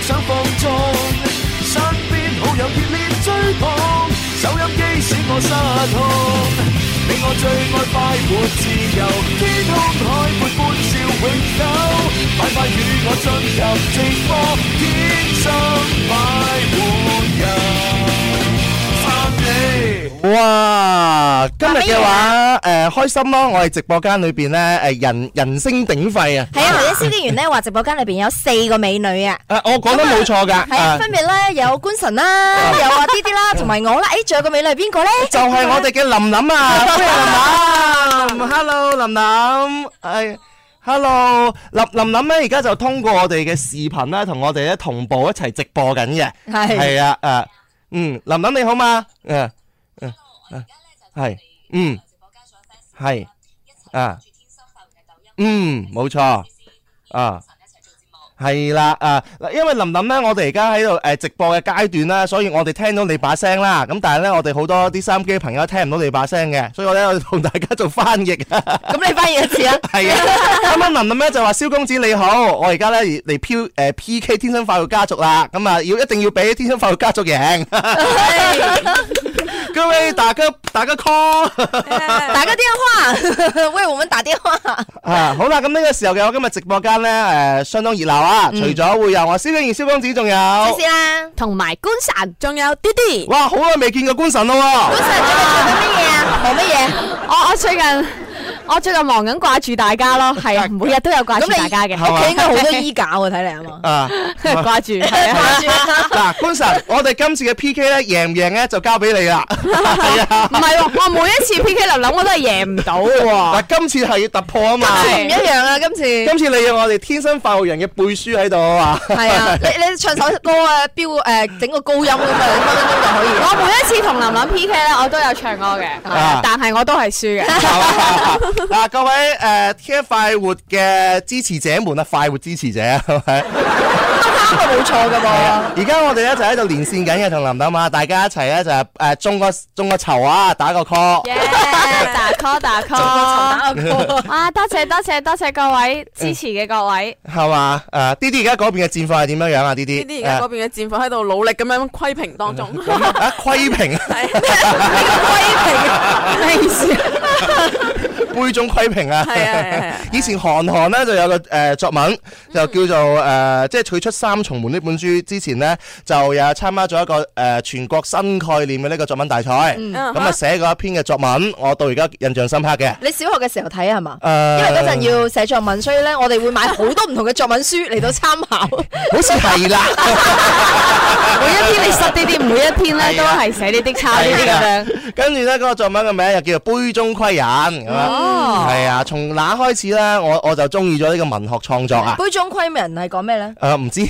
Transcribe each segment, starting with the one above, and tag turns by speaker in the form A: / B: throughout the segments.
A: 想放縱，身邊好友熱烈追捧，收音機使我失控。你我最愛快活自由，天空海闊歡笑永久，快快與我進入直播，天生快活人，翻你。
B: 哇！今日嘅話，誒開心咯！我哋直播間裏邊咧，誒人人聲鼎沸啊！
C: 係啊，頭先蕭敬元咧話直播間裏邊有四個美女啊。
B: 啊，我講得冇錯㗎，
C: 係啊，
B: 啊
C: 分別咧有官神啦，有啊啲啲啦，同埋我啦。誒，仲有個美女係邊個咧？
B: 就係我哋嘅琳琳啊！歡迎琳琳，Hello 琳琳，係 Hello 琳琳琳咧，而家就通過我哋嘅視頻啦，同我哋咧同步一齊直播緊嘅，
C: 係
B: 係啊，誒，嗯，琳琳你好嘛？誒，誒，誒係，嗯，係，啊，嗯，冇錯，啊。係啦，啊，嗱因為琳琳呢，我哋而家喺度誒直播嘅階段啦，所以我哋聽到你把聲啦，咁但係呢，我哋好多啲收音機嘅朋友聽唔到你把聲嘅，所以我咧我同大家做翻譯。
C: 咁你翻譯一次 啊？
B: 係啊，啱啱琳琳呢就話蕭公子你好，我而家呢嚟飄誒 P K 天生快活家族啦，咁啊要一定要俾天生快活家族贏，各位大家大家 call
C: 啊打個電話，為 我們打電話。
B: 啊！好啦，咁呢個時候嘅我今日直播間呢，誒、相當熱鬧啊，除咗會有我蕭敬仁、蕭公子，仲有。
C: 試試啦。
D: 同埋官神，仲有啲啲。
B: 哇！好耐未見過官神咯喎，
C: 官神，你哋做緊乜嘢啊？冇乜嘢。
D: 我我最近我最近忙緊掛住大家咯，係啊， 每日都有掛住大家嘅，
B: 係嘛
C: 屋企應該好 多衣架喎，睇嚟係 嘛？
B: 啊！
D: 掛住係啊。
B: 嗱，官神，我哋今次嘅 P K 咧贏唔贏咧就交俾你啦。係啊，
D: 唔係喎，我每一次 P K 琳琳我都係贏唔到嘅喎。
B: 嗱，今次係要突破啊嘛。
C: 唔一樣啊！今次
B: 今次你有我哋天生快活人嘅背書喺度啊嘛。
C: 係啊，你你唱首歌啊，標誒整個高音咁啊，分分鐘就可以。
D: 我每一次同琳琳 P K 咧，我都有唱歌嘅
B: 啊，
D: 但係我都係輸嘅。
B: 嗱，各位誒天生快活嘅支持者們啊，快活支持者係咪？
C: 啱啊，冇錯噶噃。
B: 而家我哋咧就喺度連線緊嘅，同林琳啊，大家一齊咧就係誒中個中個籌啊，打個 call。
D: Yeah，打 call 打 call。
C: 打個歌
D: 哇！啊多謝多謝多謝各位支持嘅各 位，
B: 係嘛？誒，啲啲而家嗰邊嘅戰況係點樣樣啊？啲啲
E: 呢啲而家嗰邊嘅戰況喺度努力咁樣規評當中，
B: 邊啊，規評。
D: 咩意
C: 啊
D: 思？
B: 杯中窺屏啊！
E: 係啊係啊係啊
B: 以前韓寒咧就有個誒、呃作文，就叫做誒、呃即係佢出《三重門》呢本書之前呢，就有參加咗一個誒、呃全國新概念嘅呢個作文大賽，咁啊寫過一篇嘅作文，我到而家印象深刻嘅。
C: 你小學嘅時候睇啊係嘛？
B: 誒
C: 因為嗰陣要寫作文，所以咧我哋會買好多唔同嘅作文書嚟到參 考。
B: 好似係啦，
D: 每一篇你塞啲啲，每一篇咧
C: 啊
D: 都係寫呢啲抄呢啲咁樣。
B: 跟住呢，嗰個作文嘅名又叫做《杯中窺人》咁樣。
D: 哦，
B: 係啊，從那開始呢，我我就中意咗呢個文學創作啊！
C: 杯中窺人係講咩 咧？
B: 誒唔知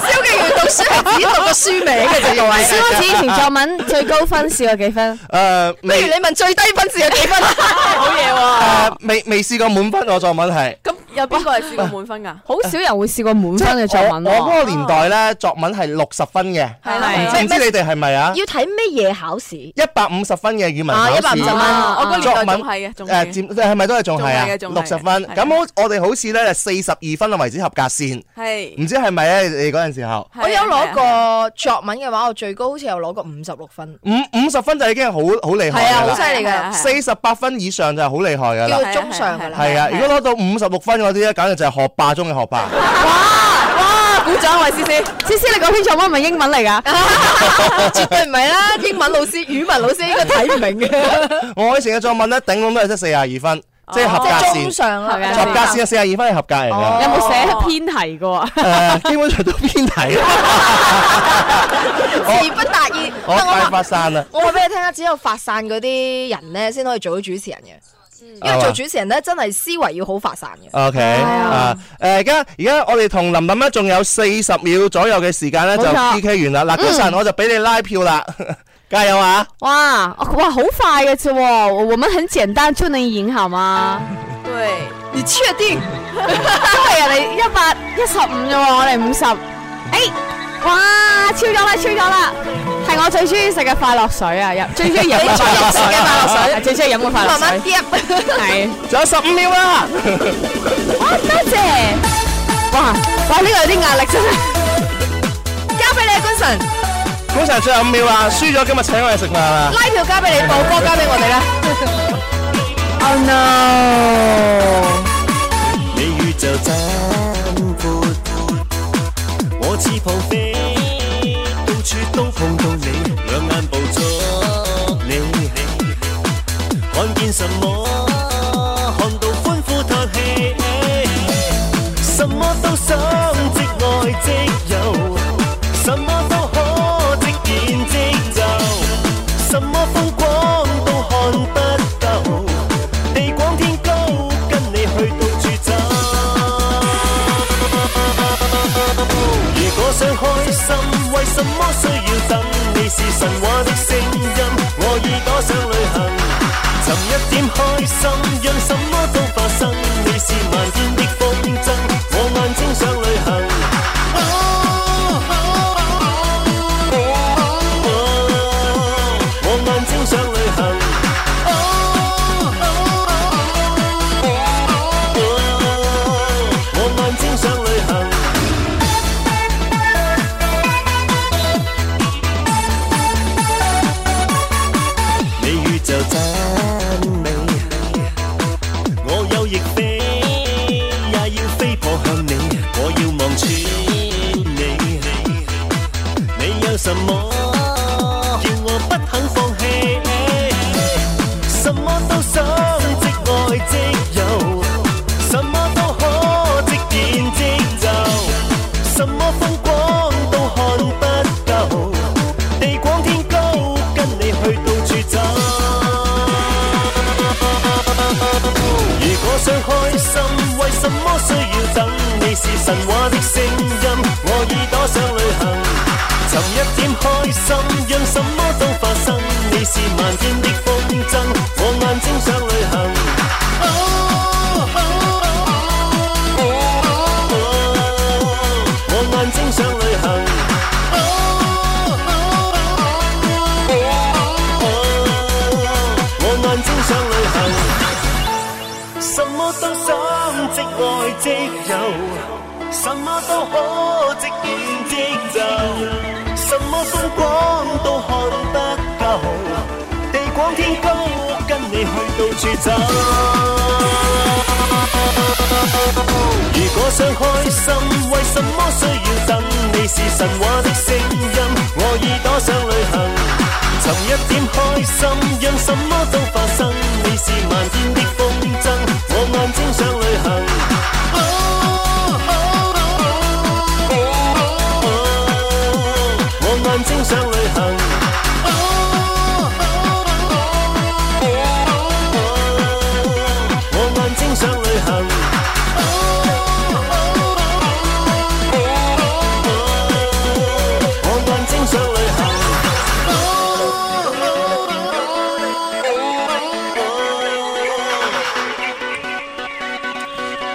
C: 蕭敬元讀書係只讀個書 名嘅啫，各位。
D: 蕭公子以前作文最高分試過幾分？
B: 誒
C: 不如
B: 未
C: 你問最低分是有幾分？啊
E: 好嘢
B: 誒
E: 喎！
B: 呃未未試過滿分，我作文係。
E: 咁有邊個係試過滿分㗎？
D: 好少人會試過滿分嘅作文
B: 我我
D: 喎。
B: 嗰個年代咧，作文係六十分嘅，
C: 係
D: 啦
B: 唔
E: 嗯
D: 係
B: 知唔知你哋係啊咪啊？
C: 要睇咩嘢考試？
B: 一百五十分嘅語文
C: 啊
B: 考
C: 150
B: 試
C: 分。
D: 啊
E: 我嗰個
B: 作
E: 年代
B: 文
E: 仲係嘅，仲
B: 誒
E: 係嘅
B: 佔係咪都係仲係啊？
E: 仲係嘅仲係
B: 六
E: 嘅
B: 十分，
E: 係
B: 咁好我哋好似咧四十二分為止合格線，
E: 係。
B: 唔知係咪咧？你嗰陣時候
E: 係啊
C: 我有攞，
E: 係啊
C: 過作文嘅話，我最高好似有攞過五十六 分，
B: 五五十分就已經係好好厲害
C: 係啊，
B: 㗎
C: 好
B: 啦
C: 犀，利㗎，
B: 四十八分以上就係好厲害㗎
C: 叫
E: 啊
B: 啦。
C: 做中上㗎啦。
B: 係啊，如果攞到五十六分嗰啲咧，簡直就係學霸中嘅學霸。
D: 哇！鼓掌喂，思啊思，思思你嗰篇作文係咪英文嚟㗎？
C: 絕對唔係啦，英文老師、語文老師應該睇唔明嘅，
B: 我以前嘅作文咧，頂籠都係得四廿二分，即係合格
C: 即哦係中
B: 線。
C: 上啦。
D: 係咪啊
B: 合格線係四廿二分係合格嚟㗎。
D: 有冇寫偏題㗎？
B: 誒，基本上都偏題，
C: 詞不達意。
B: 我
C: 但
B: 快
C: 話
B: 發散啦。
C: 我話俾你聽啦，啊只有發散嗰啲人咧，先可以做到主持人嘅。
B: 啊
C: 因為做主持人咧，真係思維要好發散嘅。
B: O K 啊，誒而家而家我哋同琳琳咧，仲有四十秒左右嘅時間咧，就
D: 冇錯
B: P K 完啦。嗱，嗰陣我就俾你拉票啦， 加油啊！
D: 哇哇，好快嘅啫喎！我們很簡單就能贏，好 嗎？
E: 對，
C: 你確定？
D: 因為人哋一百一十五啫喎，我哋五十。哎，哇，超咗啦，超咗啦！係我最中意食嘅快樂水啊，飲最中意飲嘅快樂水，係最中意飲嘅快樂
C: 慢慢
D: 水。
C: 啲。
D: 係，
B: 仲有十五秒啦！
D: 哇，多謝。
B: 喂，
D: 哇，哇呢個有啲壓力真係。
C: 交俾你，官神，
B: 早晨最後五秒啦，輸咗今日請我哋食飯啊啦。
C: 拉條交俾你，冇歌交俾我哋啦。
D: Oh no！
A: 你宇宙真阔，我似蒲飛，到處都碰到你，兩眼捕捉你，看見什麼，看到歡呼嘆氣，什麼都想，即愛即有，什麼都可即演即就，什麼風光都看不透，地廣天高，跟你去到處走。如果想開心，為什麼需要等？你是神話的聲音，我耳朵想旅行，尋一點開心，讓什麼都發生。你是漫天的風箏，我眼睛想旅行。我眼睛想旅行。我眼睛想旅行。你宇宙真美，我有翼飛，也要飛撲向你，我要望穿你。你有什麼叫我不肯放棄？什麼都想，即愛即有，什麼都可即見即就，什麼風光都看不夠，地廣天高，跟你去到處走。如果想開心，為什麼需要等？你是神話的聲音，我耳朵想旅行，尋一點開心，讓什麼都發生。你是漫天的風箏，我眼睛想旅行。我眼睛想旅行。我眼睛想旅行，什麼都想，即愛即有，什麼都可即見即就，什麼風光都看不夠，地廣天高，跟你去到處走。如果想開心，為什麼需要等？你是神話的聲音，我耳朵想旅行，尋一點開心，讓什麼都發生。你是漫天的風箏，我眼睛想旅行。我眼睛想旅行。我眼睛想旅行。我眼睛想旅行。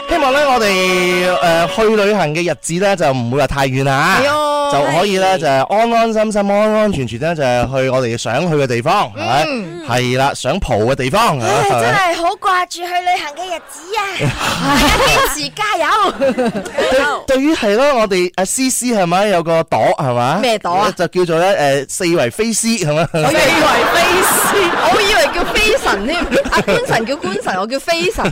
B: 希望咧，我哋诶去旅行嘅日子咧就唔會話太遠啦，
C: 係啊
B: 就可以咧就係安安心心、安安全全咧就係去我哋想去嘅地方，係咪？
C: 嗯
B: 係啦，想蒲嘅地方，係咪
F: 真係好掛住去旅行嘅日子啊！大家堅持加油！
B: 對對於係咯，我哋阿思思係咪有個朵係咪？
C: 咩朵啊
B: 就叫做咧诶四維飛絲係 咪？
C: 我以為飛仙，我以為叫飛神添。阿官神叫官神，我叫飛神。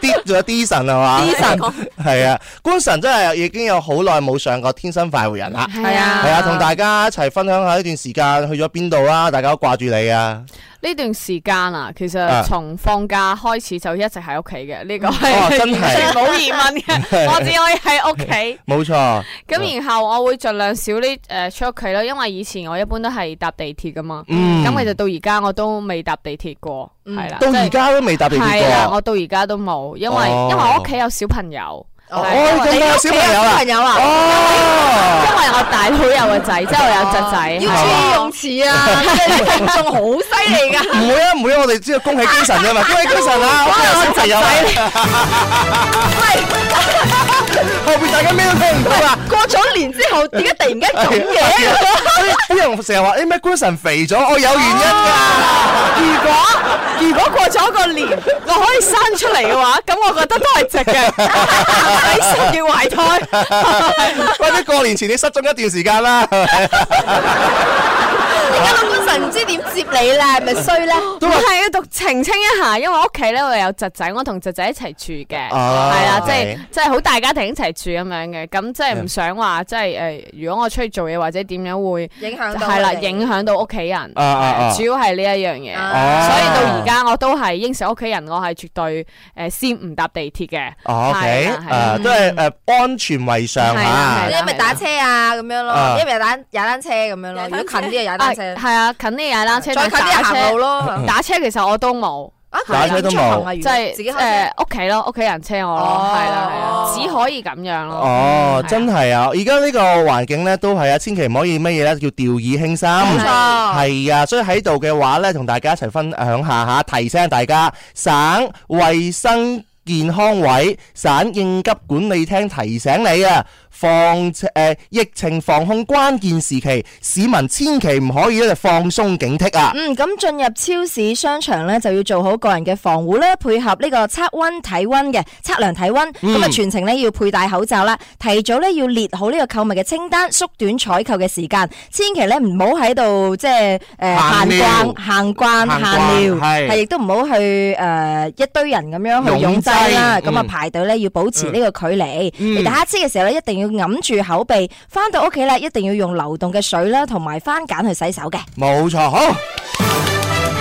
B: D 仲有 D 神係嘛
C: D 神
B: 係啊，官神真係已經有好耐冇上過《天生快活人》啦。
C: 係啊
B: 係啊，同大家一齊分享下呢段時間去咗邊度啦，大家都掛住你啊！
D: 呢段時間啊，其
B: 啊
D: 實從放假開始就一直喺屋企嘅，呢個
B: 哦
D: 係
B: 真係
D: 完全冇疑問 嘅，我只可以喺屋企。
B: 冇錯，
D: 咁然後我會盡量少啲誒出屋企啦，因為以前我一般都係搭地鐵噶嘛，
B: 嗯
D: 咁其實到而家我都未搭地鐵過，係啦，
B: 到而
D: 即係
B: 家都未搭地
D: 係啦
B: 鐵，過。
D: 我到而家都冇，因為
B: 哦
D: 因為我屋企有小朋友，
B: 哦，
D: 係因為
B: 咁啊，小朋友啦，
C: 朋友啊，
B: 哦，
D: 因為我大佬有個仔，即係我有隻仔，
C: 要
D: 係
C: 注
D: 啊
C: 意用詞啊！你哋聽眾好犀利㗎。
B: 唔會啊，唔會啊，我哋知道恭喜官神啊 嘛，恭喜官神啊，屋企有小朋友啊， 後邊大家咩都聽唔 到啦。
C: 過咗年之後，點解突然間咁
B: 係
C: 嘅？
B: 哎啊所以啲人成日話誒咩官神肥咗，我有原因㗎。如果
D: 如果過咗個年，我可以生出嚟嘅話，咁我覺得都係值嘅， 唔使十月懷胎。
B: 或者過年前你失蹤一段時間 啦，
C: 而家老官神唔知點接你啦，係咪衰咧？
D: 都係要讀澄清一下，因為屋企咧我有侄仔，我同侄仔一齊住嘅，係
B: 哦
D: 啦，即
B: okay
D: 係即係好大家庭一齊住咁樣嘅，咁即係唔想話即係誒，如果我出去做嘢或者點樣會
C: 影響到
D: 係啦，
C: 佢哋
D: 影哦響到屋企人，
B: 啊啊啊
D: 主要係呢一樣嘢，
B: 啊
D: 所以到而家我都係應承屋企人，我係絕對誒先唔搭地鐵嘅，
B: 哦，OK，
D: 係啦係啦
B: 啊，都係誒安全為上啊
D: 係啦
B: 嚇
D: 係
C: 你。
D: 啦
C: 一咪打車啊咁樣
B: 啊
C: 咯，一咪踩踩單車咁樣咯。
E: 踩單
C: 如
E: 車
C: 果近啲就踩
D: 啊
C: 單車，
D: 係啊，近啲踩單車，
C: 再近啲就
D: 打
C: 行路
D: 車
C: 咯。
D: 打車其實我都冇。
C: 啊，
B: 嗯打車都冇
C: 即
D: 即係呃
C: 自己開
D: 誒
C: 車。
D: 屋企咯，屋企人車我咯，
C: 哦
D: 係啦係啦
E: 哦，
D: 只可以咁樣咯。
B: 哦
D: 嗯，
B: 真係啊！而家呢個環境呢，都係啊，千祈唔可以乜嘢呢，叫掉以輕心。係啊，所以喺度嘅話呢，同大家一齊分享下下，提醒大家省衞生健康委、省應急管理廳提醒你啊，防誒、呃疫情防控關鍵時期，市民千祈唔可以咧就放鬆警惕啊！
C: 嗯，咁進入超市、商場咧，就要做好個人嘅防護啦，配合呢個測温、體温嘅測量體温。
B: 嗯
C: 咁啊，全程咧要佩戴口罩啦，提早咧要列好呢個購物嘅清單，縮短採購嘅時間，千祈咧唔好喺度即係誒
B: 閒
C: 行
B: 聊
C: 逛、行逛、
B: 嗯行
C: 閒聊，
B: 逛係
C: 係亦都唔好去誒一堆人咁樣去
B: 擁
C: 擁擠啦。
B: 擠
C: 咁啊
B: 嗯，
C: 排隊咧要保持呢個距離。
B: 嗯
C: 你打乞嗤嘅時候咧，一定要揞住口鼻。翻到屋企咧，一定要用流動嘅水啦，同埋番梘去洗手嘅。
B: 冇錯，好。誒、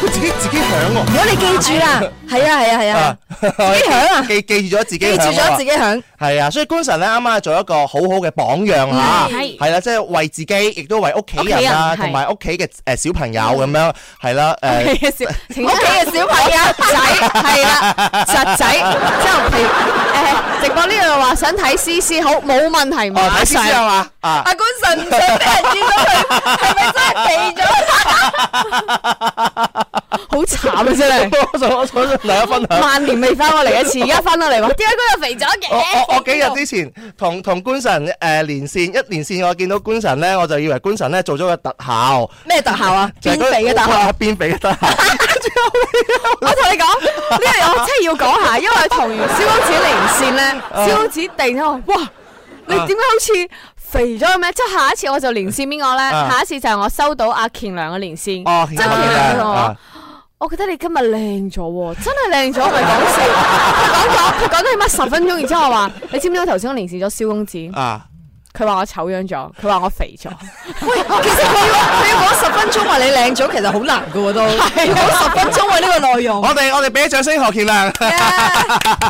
B: 佢自己自己響喎、
C: 如果你記住 啦，係啊係啊係啊，自己響啊，
B: 記記住咗自己
C: 記
B: 響
C: 住
B: 喎
C: 咗自己響，
B: 係啊，所以官神咧啱啱係做一個好好嘅榜樣嚇，
D: 係
B: 係啦，即係為自己，亦都為屋企人啦，
D: 屋企人係
B: 同埋屋企嘅誒小朋友咁樣，係啦，誒
D: 嘅小屋企
C: 屋企嘅小朋友
D: 仔係啦，侄仔之後譬如誒直播呢度話想睇 C C 好冇問題，
B: 哦，睇
D: 馬
B: 先係
D: 上
B: 嘛啊，
C: 阿官神唔想俾人見到佢，係咪真係避咗？
D: 好慘啊真係，
B: 我想我想同 大家分享。
D: 萬年未翻過嚟一次，而家翻到嚟話點解嗰度肥咗
B: 我
D: 嘅？
B: 我我幾日之前同同官神誒、連線一連線，我見到官神咧，我就以為官神咧做咗個特效，
C: 咩特效啊？
B: 就係
C: 變
B: 嗰個
C: 肥嘅特效。
B: 哇變肥嘅特效，
D: 我同你講呢樣我真係要講下，因為同完蕭公子連線咧，
C: 啊
D: 蕭公子突然間話：哇，你點解好似肥咗咩？即係下一次我就連線邊個咧？
B: 啊
D: 下一次就係我收到阿乾良嘅連線，
B: 哦，
D: 即係
B: 顯得
D: 乾良佢同
B: 好靚
D: 我
B: 啊。
D: 我覺得你今日靚咗喎，真係靚咗，唔係講笑。佢講咗，佢講咗起碼十分鐘，然之後我話：你知唔知我頭先我連線咗蕭公子？
B: 啊
D: 佢話我醜樣咗，佢話我肥咗。
C: 喂，其實佢要佢要講十分鐘話你靚咗，其實好難嘅喎都。
B: 啊
C: 講十分鐘話呢個內容
B: 我。哋我哋俾啲掌聲何健亮。
C: 啊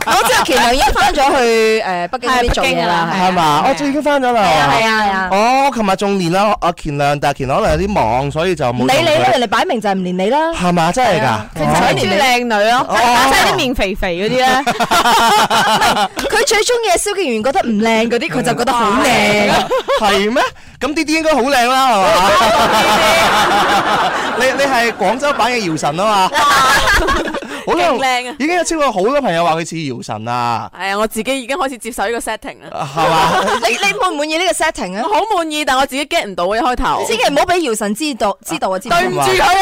C: 我知道乾良已經翻咗去誒北京嗰邊做嘢啦，
B: 係嘛？哦我最已經翻咗啦。
C: 係啊係啊係啊。
B: 哦，琴日仲練啦，阿乾亮，但係乾亮可能有啲忙，所以就
C: 唔
B: 冇。
C: 理你啦，人哋擺明就係啊唔連你啦。
B: 係嘛？真係㗎。
D: 佢就係中意靚女
C: 哦
D: 咯，即係啲面肥肥嗰 啲咧。
C: 佢最中意嘅蕭敬元覺得唔靚嗰啲，佢就覺得好靚。
B: 係咩？咁呢啲應該好靚啦， 係嘛？你你係廣州版嘅姚晨 啊嘛？好
E: 勁靚啊
B: 已經有超過好多朋友話佢似姚晨啊，
E: 係啊，我自己已經開始接受呢個 setting 啦。
B: 係 嘛？
C: 你你滿唔滿意呢個 setting 啊
E: 我？好滿意，但我自己 get 唔到啊一開頭。
C: 千祈唔好俾姚晨知道，知道啊，知道。
B: 對唔住
C: 佢，
D: 啊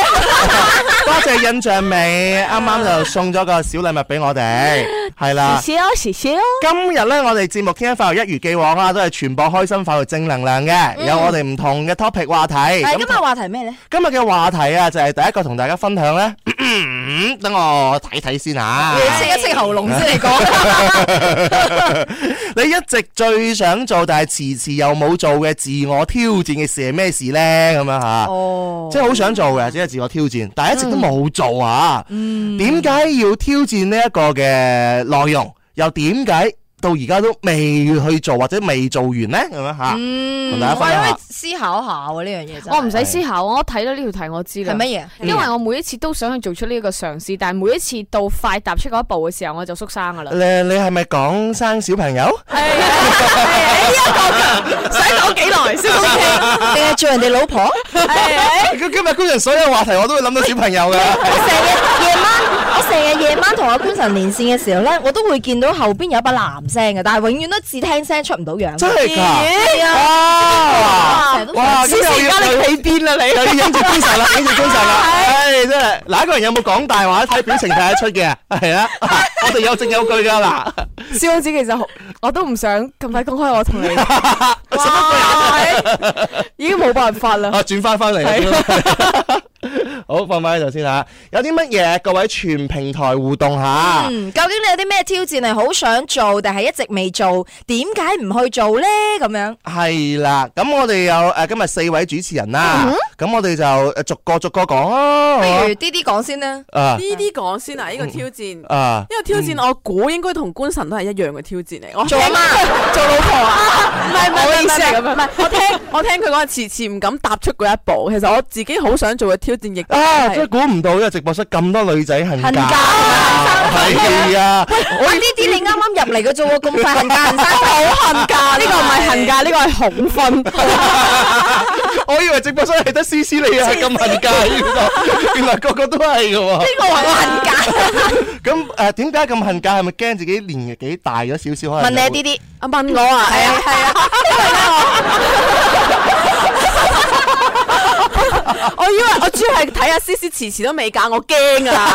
B: 多謝印象美，啱啱就送咗個小禮物俾我哋，係
C: 啊
B: 啦。
D: 少少少。
B: 今日咧，我哋節目天一快活一如既往啦，都係傳播開心快活正能量嘅，有我哋唔同嘅 topic 話題。
C: 嗯係
B: 咁
C: 今日話題咩咧？
B: 今日嘅話題啊，就係第一個同大家分享咧。 等我睇睇先啊！
C: 清一清喉嚨先 嚟講。
B: 你一直最想做但係遲遲又冇做嘅自我挑戰嘅事係咩事呢？咁樣吓，
C: 哦
B: 即係好想做嘅，即係自我挑戰，但係一直都冇做啊。點解、要挑戰呢一個嘅內容？又點解到而家都未去做或者未做完呢？咁樣吓，
C: 嗯
B: 同、大家分享
C: 可以
B: 下。
C: 思考下喎呢樣嘢真係。
D: 我唔使思考，我睇到呢條題我知啦。
C: 係乜？嘢？
D: 因為我每一次都想去做出呢個嘗試，但係每一次到快踏出嗰一步嘅時候，我就縮 生噶啦。
B: 你你係咪講生小朋友？
D: 啊想講幾耐先
C: 定係做人哋老婆？
B: 啊今今日工人所有話題我都會諗到小朋友㗎。
C: 成日夜晚我成日夜晚同阿官神連線嘅時候咧，我都會見到後邊有一把男聲嘅，但係永遠都只聽聲出唔到樣。
B: 真係㗎？
C: 係啊！
B: 哇
C: 成日都
B: 哇！咁又
E: 而
B: 要
E: 家你企邊啦你？
B: 又要忍住官神啦，忍住官神啦！唉，真係嗱，一個人有冇講大話，睇表情睇得出嘅，係啊，我哋有證有據㗎嗱。
D: 肖公子其實好我都唔想咁快公開我同你，哇，已經冇辦法啦。
B: 啊，轉翻翻嚟啦。 好，放翻喺度先吓。有啲乜嘢？各位全平台互動下。
C: 嗯，究竟你有啲咩挑戰係好想做，但係一直未做，點解唔去做咧？咁樣
B: 係啦，咁我哋有誒今日四位主持人啦，咁我哋就誒逐個逐個講啦好
C: 不
B: 嘛
C: 如啲啲講先啦。
B: 啊
E: 呢啲講先啊，呢個挑戰。
B: 啊！
E: 呢個挑戰我估應該同官神都係一樣嘅挑戰嚟。我
C: 做阿媽，做老婆啊！
E: 唔係唔
D: 我嘅
E: 係
D: 意
E: 唔
D: 思係
E: 係唔係唔係，我聽我聽佢講遲遲唔敢踏出嗰一步。其實我自己好想做嘅挑戰亦都
B: 啊！真係
E: 係。
B: 估唔到，因為直播室咁多女仔恨
C: 恨
B: 嫁
C: 嫁，
B: 係啊！
C: 喂，呢啲你啱啱入嚟嘅啫喎，咁快行嫁人生
D: 好恨嫁，呢個唔係恨嫁，呢個係恐婚。
B: 我以為直播室係得思思你啊，咁恨嫁，原來 原來個個都係嘅喎。
C: 呢個話我恨嫁，
B: 咁誒點解咁恨嫁？係咪驚自己年紀大咗少少？可
C: 問
B: 能
C: 你啊
B: 有
C: 啲啲。
E: 啊問我啊，係啊係啊，因為咧我我以為我主要係睇阿思思遲遲都未嫁，我驚啊！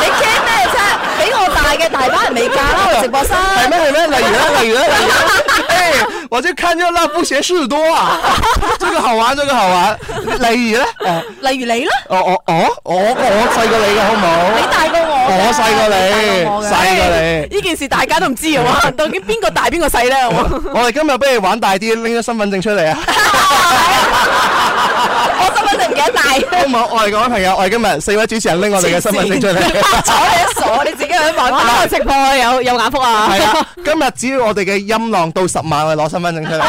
C: 你驚咩啫？比我大嘅大把人未嫁啦，我直播室。
B: 係咩係咩？例如 咧，例如咧，例如咧，哎， 我就看热闹不嫌事多啊！ 这个好玩，这个好玩。例如咧，誒
C: 例如你啦，
B: 我我我我我細過你嘅好唔
C: 你
B: 好？
C: 大過我㗎。
B: 我細過
C: 大過
B: 你，
C: 我㗎
B: 細過你。
E: 呢件事大家都唔知嘅喎，究竟邊個大邊個細咧？我
B: 我哋今日不如玩大啲，拎咗身份證出嚟啊！
C: 我身份證唔記得帶。
B: 好唔好？我哋各位朋友，我哋今日四位主持人拎我哋嘅身份證出嚟。
C: 傻你自己喺網
D: 哇！我直播有有眼福啊！
B: 係啊，今日只要我哋嘅音浪到十萬，我哋攞身份證 出嚟。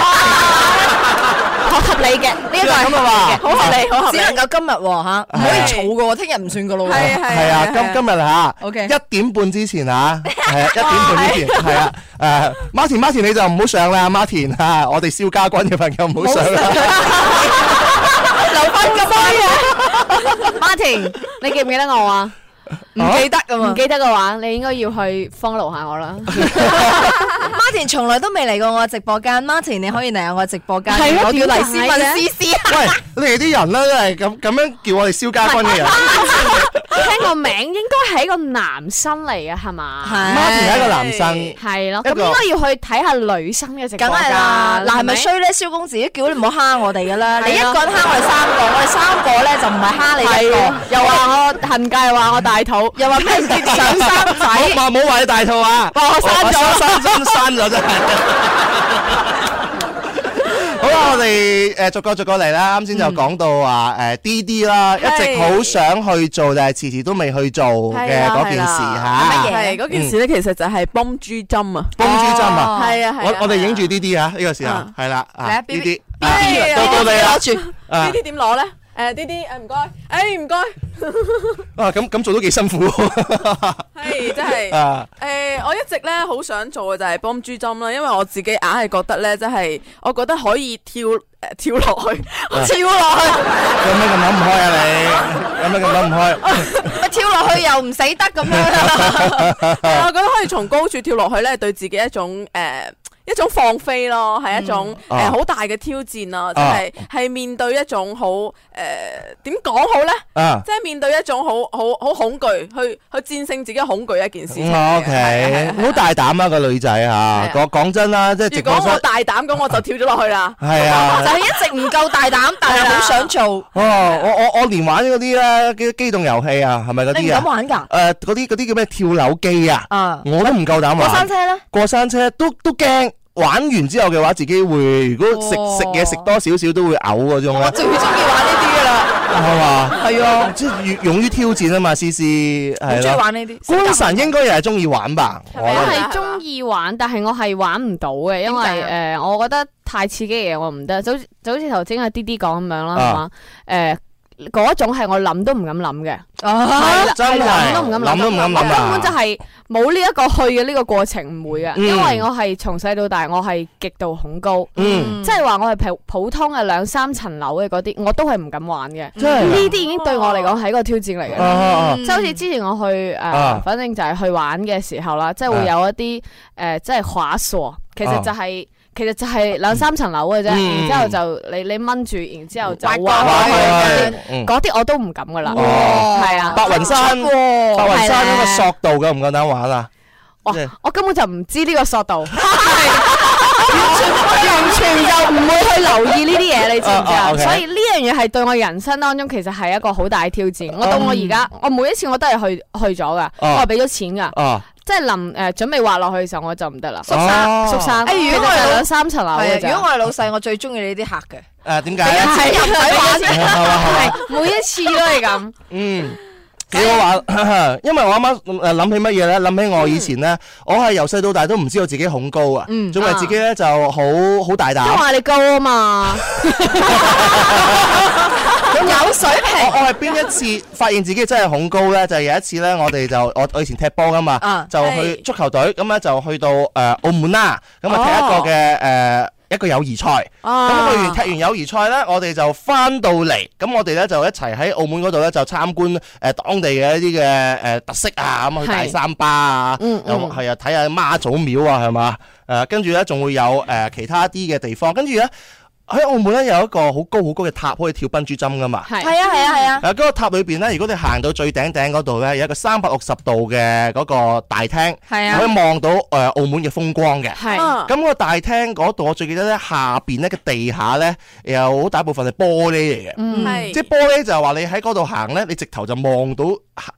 C: 合合理嘅，呢一個係
B: 咁啊嘛，
E: 好合理，好合理
C: 只。能夠今日喎嚇，唔可以儲嘅喎，聽日唔算嘅咯喎。
B: 係啊，今今日嚇
C: OK
B: 一點半之前嚇，係 啊，一點半之前係啊，誒，Martin Martin 你就唔好上啦，Martin 嚇，我哋蕭家軍嘅朋友唔好上啦，
D: 留翻咁多嘢。Martin，你記唔記得我啊？
B: 唔記
D: 得
C: 啊
D: 噶嘛？唔記得嘅話，你應該要去 follow 下我啦。
C: Martin 從來都未嚟過我直播間，Martin 你可以嚟我直播間，
D: 係咯
C: 我叫黎
D: 點
C: 思
D: 解
C: 敏
D: 咧
C: 思思。
B: 喂，你哋啲人咧真係咁咁樣叫我哋蕭家軍嘅 人
D: 聽個名應該係一個男生嚟嘅係嘛？
B: ，Martin 係一個男生，
D: 係咯，咁
B: 一個
D: 應該要去睇下女生嘅直播
C: 梗
D: 間
C: 係啦，嗱係咪
D: 係
C: 衰咧？蕭公子叫你唔好蝦我哋噶啦，
D: 係啊
C: 你一個人蝦我哋三個，我哋三個咧就唔係蝦 你一
D: 係
C: 個
D: 啊，又話我恨嫁，又話 我大肚，
C: 又話咩上三
B: 好
C: 仔，
B: 話冇話你大肚啊，
D: 話我
E: Ờ,
D: 生 咗
B: 我刪咗刪 咗真係。好啦，我哋誒逐個逐個嚟啦。啱先就
E: Ừ.
B: 講到話誒 D D 啦，一直
E: 係
B: 好想去做，但係遲遲都未去做嘅
E: 係啦
B: 嗰件事
E: 係
B: 嚇
E: 啦。
C: 係乜嘢
E: 係嗰件事咧，其實就係崩珠針啊！
B: 公豬針啊！
E: 係啊係啊
B: 我我哋影住呢啲啊，呢個時候
E: 啊
B: 係啦，啊
C: 嚟啊
B: 呢
C: BB
B: 啲啊
E: 哎呀
B: 到到你啦
C: 攞住。
E: 呢
B: 啊
E: 啲點攞咧？誒呢啲誒唔該，誒唔該，
B: 啊咁咁做都幾辛 苦
E: 係真係。
B: 啊！
E: 誒、呃我一直咧好想做嘅就係幫珠針啦，因為我自己硬係覺得咧，即係我覺得可以跳誒、跳落去，
B: 啊
E: 跳落去，
B: 有咩咁諗唔開啊你？有咩咁諗唔開？
C: 咪跳落去又唔死得 咁樣。
E: 我覺得可以從高處跳落去咧，對自己一種誒。呃一種放飛咯，係一種
B: 啊
E: 誒好大嘅挑戰咯，即係係面對一種好誒點講好咧，
B: 啊
E: 即係面對一種好好好恐懼，去去戰 勝自己嘅恐懼一件事情嚟嘅。
B: O
E: 係啊
B: K，好大膽啊個女仔嚇，
E: 啊
B: 講講真啦，即係直
E: 如
B: 播
E: 果
B: 室。
E: 我大膽咁，我就跳咗落去啦
B: 係啊
C: 就。係一直唔夠大膽，但係好想做，
B: 哦，我我我連玩嗰啲咧機機動遊戲啊，係咪嗰
C: 你唔
B: 啲
C: 敢
B: 啊？
C: 玩㗎？
B: 誒嗰啲嗰啲叫咩跳樓機啊？
C: 啊，
B: 我都唔夠膽
C: 過
B: 玩。
C: 山車咧，
B: 過山車都都驚，玩完之後嘅話，自己會如果食
C: 哦
B: 食嘢食多少少都會嘔嗰種咧，啊
C: 最中意玩呢啲㗎啦，
B: 係嘛？
C: 係啊，
B: 即係越勇於挑戰啊嘛，思思
C: 好
B: 係
C: 中意
B: 啦。
C: 玩呢啲。
B: 官神應該又係中意玩吧？我
E: 係
D: 我
E: 咪啊
B: 覺
D: 係中意玩，但係我係玩唔到嘅，因為
C: 點
D: 誒、
C: 解
D: 呃我覺得太刺激嘅嘢我唔得，就好似就好似頭先阿 D D 講咁樣啦，
B: 啊
D: 係嘛？誒、嗰種係我諗都唔敢諗嘅，
C: 哦，
D: 係啦
B: 真係
D: 係啦諗都唔敢
B: 諗都唔敢諗
D: 我
B: 啊
D: 根本就係冇呢一個去嘅呢個過程唔會嘅，
B: 嗯
D: 因為我係從細到大我係極度恐高，
B: 嗯，
D: 即係話我係普普通嘅兩三層樓嘅嗰啲，我都係唔敢玩嘅。
B: 真係㗎
D: 呢啲已經對我嚟講係一個挑戰嚟嘅。
B: 啊啊啊
D: 即係好似之前我去誒，
B: 啊
D: 反正就係去玩嘅時候啦，即係會有一啲誒，即係滑索，其實就係其實就係兩三層樓嘅啫，
B: 啊嗯
D: 然之後就你你掹住，然之後就
B: 啊
E: 滑
D: 滑過
E: 過去
D: 去
B: 哇
E: 嘅
B: 嗯
D: 嗰啲我都唔敢噶啦，
B: 哦
D: 係啊，
B: 白雲山，白雲山嗰個
D: 哦係啦
B: 索道嘅唔夠膽玩啊！
D: 哇哦
B: 即係
D: 我根本就唔知呢個索 道，完全就唔會去留意呢啲嘢，你知唔知
B: 啊啊
D: 啊？
B: ，OK
D: 所以呢樣嘢係對我人生當中其實係一個好大嘅挑戰。我到
B: 嗯
D: 我而家，我每一次我都係去去咗噶，我係俾咗錢噶。
B: 啊，
D: 即係臨誒準備滑落去嘅時候，我就唔得啦，
B: 山哦
D: 縮山，
G: 哎
D: 其
G: 如
D: 實就
G: 果我係
D: 係
G: 老
D: 兩三層樓嘅
G: 係啊，如
D: 啫。
G: 果我係老細，我最中意你啲客嘅。
B: 誒點解咧？
D: 係入水玩
B: 係嘛係嘛
D: 係每一次都係咁，
B: 嗯，幾好玩， 因為我啱啱誒諗起乜嘢咧？諗起我以前咧，我係由細到大都唔知道自己恐高啊，
D: 嗯
B: 仲為自己咧就好好大
D: 因為
B: 膽。
D: 話你高啊嘛，
G: 有水平，
B: 我我係邊一次發現自己真係恐高咧？就係有一次咧，我哋就我我以前踢波噶嘛
G: 啊，
B: 就去足球隊，咁咧就去到誒澳門啦，咁
D: 哦
B: 啊踢一個嘅誒一個友誼賽。咁
E: 啊
B: 去完踢完友誼賽呢，我哋就翻到嚟，咁我哋呢就一齊喺澳門嗰度呢，就參觀誒當地嘅一啲嘅誒特色啊，咁去大三巴啊，又
D: 嗯嗯
B: 係啊睇下媽祖廟啊，係嘛？誒跟住呢，仲會有誒其他啲嘅地方，跟住呢，喺澳門呢，有一個好高好高嘅塔可以跳賓珠針噶嘛。
D: 係
C: 係啊，係啊，係啊，
B: 誒嗰個塔裏邊呢，如果你行到最頂頂嗰度呢，有一個三百六十度嘅嗰個大廳，
G: 係
D: 啊
B: 可以望到誒呃澳門嘅風光嘅。
E: 啊
D: 係
B: 咁個大廳嗰度，我最記得咧，下邊咧嘅地下咧，有好大部分係玻璃嚟嘅，
D: 嗯
E: 係
B: 即係玻璃就係話你喺嗰度行咧，你直頭就望到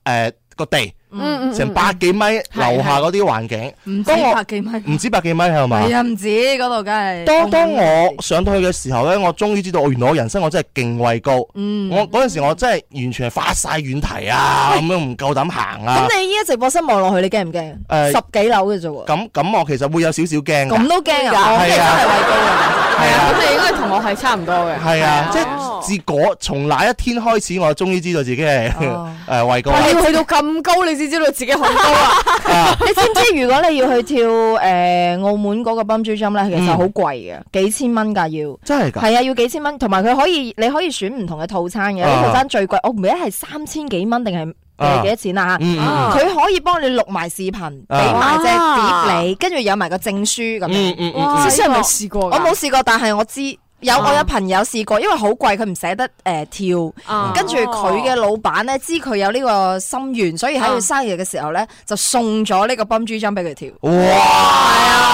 B: 誒個地，
D: 嗯
B: 成百幾米樓下嗰啲環境，
G: 唔止
B: 當我
G: 百幾米，
C: Ừ,
B: 唔知百幾米係嘛？
G: 係啊，唔止嗰度，梗係。
B: 當當我上到去嘅時候咧，我終於知道，哦我原來我人生我真係敬畏高，
G: 嗯
B: 我嗰陣時我真係完全係發晒軟蹄啊，咁樣唔夠膽行啊，
C: 咁你依家直播室望落去，你驚唔驚？
B: 誒
C: 十幾樓嘅啫喎，
B: 咁咁我其實會有少少驚㗎
C: 咁，都驚啊！我驚
B: 係
C: 真
B: 啊
C: 係畏高啊！
B: 係
D: 係啊，
B: 啊。
D: 咁你應該同我係差唔多嘅，
B: 係啊，即
E: 哦
B: 係自嗰從那一天開始，我終於知道自己係
G: 哦
B: 誒畏高
D: 哇你
B: 啦
D: 要去到咁高，你先知道自己恐高啊，
B: 啊！
C: 你知唔知如果你要去跳誒澳門嗰個 bungee jump 咧，其實好貴嘅，幾千蚊㗎要。
B: 真係㗎，
C: 係啊，要幾千蚊，同埋佢可以你可以選唔同嘅套餐嘅，有啲
B: 啊
C: 套餐最貴，我哦唔記得係三千幾蚊定係
B: 啊
C: 誒幾多錢啦
B: 嗯嗯
C: 佢可以幫你錄埋視頻，俾
B: 啊
C: 埋隻碟你，跟住有埋個證書咁
B: 嗯
C: 樣。
B: 嗯嗯，
E: 哇
D: 即係係咪試過㗎？
C: 我冇試過，但係我知有
D: 啊
C: 我有朋友試過，因為好貴，佢唔捨得誒跳。
B: 哦
D: 啊，
C: 跟住佢嘅老闆咧，知佢有呢個心願，所以喺
B: 啊
C: 佢生日嘅時候咧，就送咗呢個 bungee jump 俾佢跳。
B: 哇！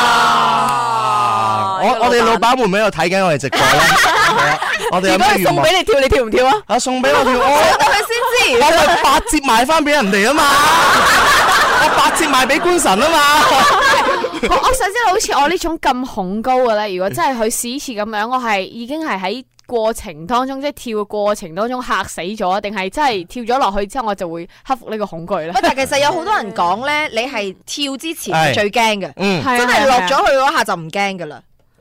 B: 我我哋老闆會唔會喺度睇緊我哋直播咧？係啊我哋有
D: 如
B: 咩
D: 果係
B: 願
D: 送
B: 望
D: 俾你跳，你跳唔跳啊？
B: 啊？送俾我條我
C: 佢先知
B: 我咪八折賣翻俾人哋啊嘛！我八折賣俾官神啊嘛！
D: 我我想知道，好似我呢種咁恐高啊嘅咧，如果真係去試一次咁樣，我係已經係喺過程當中，即係跳嘅過程當中嚇死咗，定係真係跳咗落去之後，我就會克服呢個恐懼咧
C: 喂，？但其實有好多人講咧，你係跳之前係
B: 係
C: 最驚嘅。
B: 嗯，
C: 真係啊落咗去嗰下就唔驚噶啦，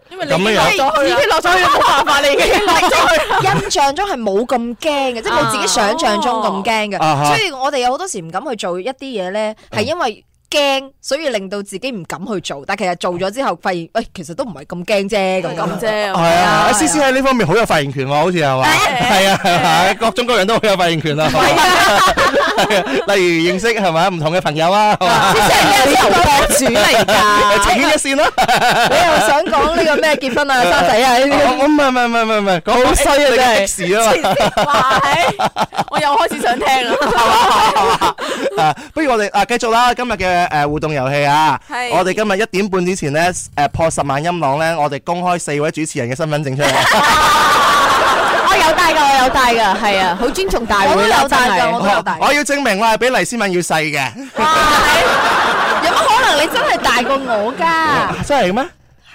E: 因為
B: 咁
E: 你已經
B: 樣
E: 落咗去
D: 已
E: 啦
D: 經落 咗去，冇辦法，你已經落咗去。
C: 印象中係啊冇咁驚嘅，即係冇自己想象中咁驚
B: 啊嗯
C: 嘅，
B: 哈
C: 所以我哋有好多時唔敢去做一啲嘢咧，係因為驚，所以令到自己唔敢去做，但其實做咗之後發現，喂，其實都唔係咁驚啫，咁
E: 咁
C: 咁。
E: 啫。
B: 係啊，阿思思喺呢方面好有發言權喎，好似係嘛？係啊，係啊，各種各樣都好有發言權啊啦。係嘛 係啊，例如認識係咪唔同嘅朋友啊，係嘛？
D: 你係博主 嚟㗎，
B: 情牽一線啦。
C: 你又想講呢個咩結婚啊、生仔啊呢 啲？
B: 我哦我唔係唔係唔係唔係，講好衰啊真係事 啊嘛。
E: 哇，係啊我又開始想聽啦。
B: 啊，不如我哋啊繼續啦，今日嘅誒互動遊戲啊，
E: 係
B: 我哋今日一點半之前咧誒破十萬音浪咧，我哋公開四位主持人嘅身份證出嚟。
D: 我有帶㗎，我有帶㗎，係啊，好尊重大會
C: 我都有
D: 真
C: 帶㗎，
D: 係
C: 我都有帶。
B: 我要證明我係比黎思敏要細嘅，
C: 有乜可能你真係大過我㗎？
B: 真係咩？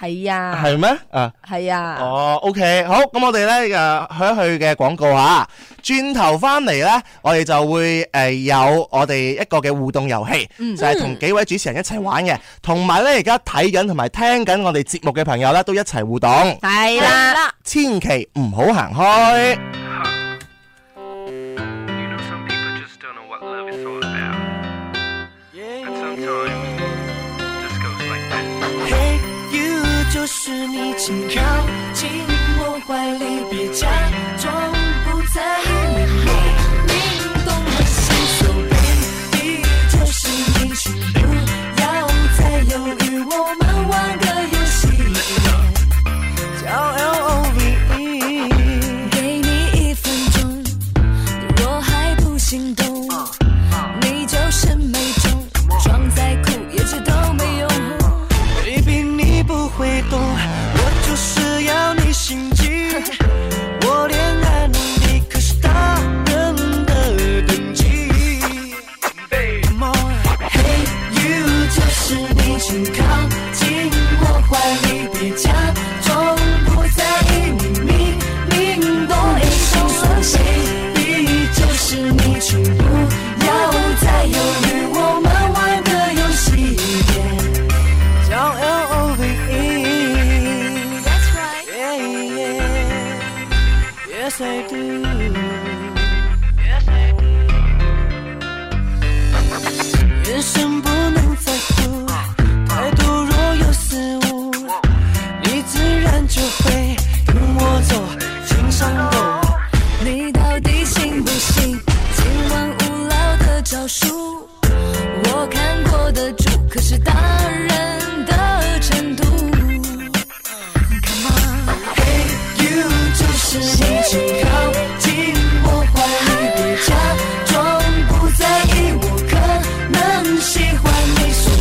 C: 係啊，
B: 係咩？啊！
C: 係啊，
B: 哦，OK，好，咁我哋咧誒去一去嘅廣告嚇，轉頭翻嚟咧，我哋就會誒、呃有我哋一個嘅互動遊戲，
G: 嗯
B: 就係同幾位主持人一齊玩嘅，同埋咧而家睇緊同埋聽緊我哋節目嘅朋友咧都一齊
G: 啊
B: 互動，
C: 係啦。
B: 千祈唔好行開。
A: Yes, I do.
H: 人生不能再哭，态度若有似无，你自然就会跟我走，情上走。你到底信不信今晚无聊的招数？我看过的猪可是大人的程度。Come on，Hey you，就是你，请靠近我怀里，别假装不在意，我可能喜欢你，So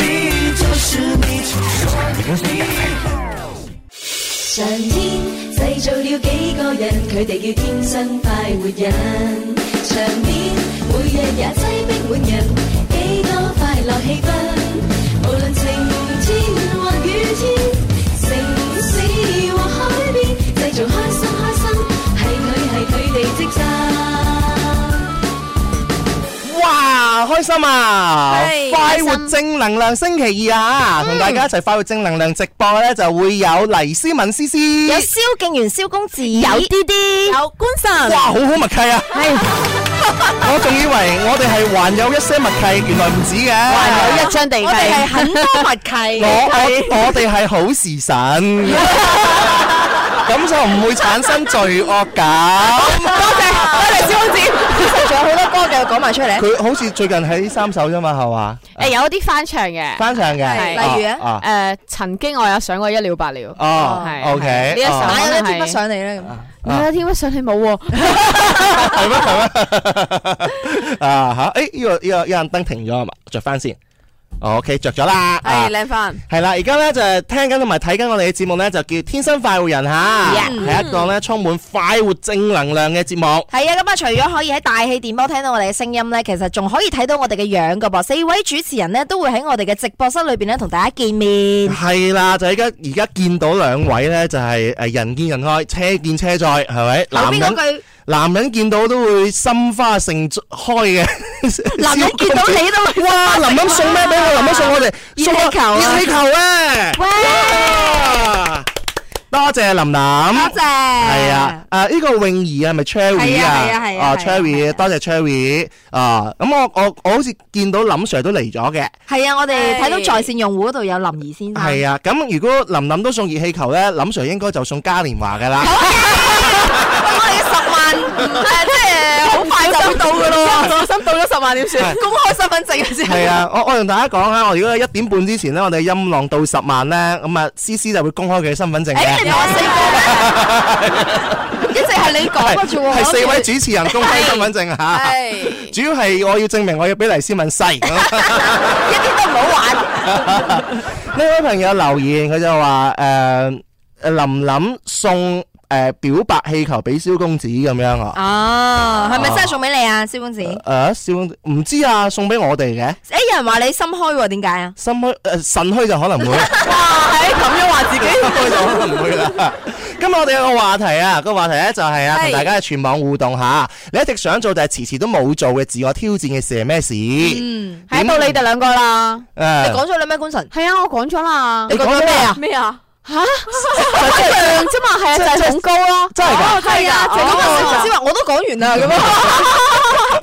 H: baby，就是你，请说你。
I: 上天製造了幾個人，佢哋叫天生快活人。場面每日也擠逼滿人，幾多快樂氣氛。無論晴天或雨天，城市或海邊，製造開心開心，係佢係佢哋職責。
B: 哇，開心啊！
G: 係
B: 快
G: 開
B: 活
G: 心
B: 正能量星期二啊，同大家一齊快活正能量直播咧，就會有黎思敏思思，
C: 有蕭敬元、蕭公子，
D: 有啲啲，有官神
B: 哇，好好默契啊！ 我仲以為我哋係還有一些默契，原來唔止嘅，
D: 還有一張地契，
C: 我哋係很多默契
B: 我。我我哋係好時辰， 咁就唔會產生罪惡感。
C: 仲有好多歌嘅，講埋出嚟。
B: 佢好似最近喺三首啫嘛，係嘛？
D: 诶有啲翻唱嘅，
B: 翻唱嘅，
D: 係
C: 例如
B: 啊啊
D: 诶曾經我有上過一了百了，
B: 哦
D: 係
B: ，OK，
D: 係呢一
B: 哦
D: 首
G: 買咗啲
D: 真係
G: 乜上你咧？咁
D: 係啊，點解上你冇喎？
B: 係咩係咩？啊吓，诶，呢個呢個一盞燈停咗啊嘛，着翻先。哦 OK，着咗啦。啊
E: 係靚翻，
B: 係啦，而家咧就係聽緊同埋睇緊我哋嘅節目咧，就叫《天生快活人》吓，係一個咧充滿快活正能量嘅節目。
C: 係啊，咁啊，除咗可以喺大氣電波聽到我哋嘅聲音呢，其實仲可以睇到我哋嘅樣噶噃。四位主持人呢，都會喺我哋嘅直播室裏边呢，同大家見面。
B: 係啦，就而家而家見到兩位咧，就係诶人見人愛，車見車載，係咪？
C: 後
B: 男
C: 邊
B: 人
C: 嗰句
B: 男人見到都會心花盛開嘅，
C: 男人見到你 都會
B: 哇！林林送咩俾我？林林送我哋
C: 熱氣
B: 送我
C: 球啊
B: 熱氣球咧！哇！多謝林林，多
C: 多謝。
B: 係啊，誒呢個泳兒啊，係咪 Cherry 啊，
C: 係啊係啊係啊係啊
B: Cherry，多謝 Cherry 啊！咁我我我好似見到林 Sir 都嚟咗嘅，
C: 係啊，我哋睇到在線用戶嗰度有林怡先生。
B: 係啊！咁如果林林都送熱氣球咧，林 Sir 應該就送嘉年華㗎啦。
C: 我哋嘅十萬，即係好快就到噶 咯。
E: 我心到咗十萬點算？
C: 公開身份證先。
B: 係啊，我我同大家講下，我如果一點半之前咧，我哋音浪到十萬咧，咁啊，C C 就會公開佢嘅身份證嘅。
C: 你唔係話四個咩？一直係你講嘅啫喎。
B: 係四位主持人公開身份證嚇，
E: 係
B: 主要係我要證明我要俾黎思敏 細。
C: 一啲都唔好玩。
B: 呢位朋友留言，佢就話誒林林送誒表白氣球俾蕭公子咁樣啊。
C: 哦，係咪真係送俾你啊，蕭公子？誒，
B: 誒蕭公子唔知啊，送俾我哋嘅
C: 有人話你心虛喎，點解啊？
B: 心虛誒腎虛就可能會，
E: 係咁樣話自己。
B: 心虛就可能會啦。今日我哋有個話題啊，個話題咧就係啊，同大家嘅全網互動下，你一直想做但係遲遲都冇做嘅自我挑戰嘅事係咩事？嗯，
D: 喺到你哋兩個啦，
B: 誒
C: 講咗你咩官神？
D: 係啊，我講 咗啦，
B: 你講咗咩啊？
E: 咩啊？
D: 一樣啫嘛，係啊，就係恐高咯，
B: 真係㗎
D: 哦係啊，就係
E: 哦
D: 嗰個
G: 我先話我都講完啦，咁啊，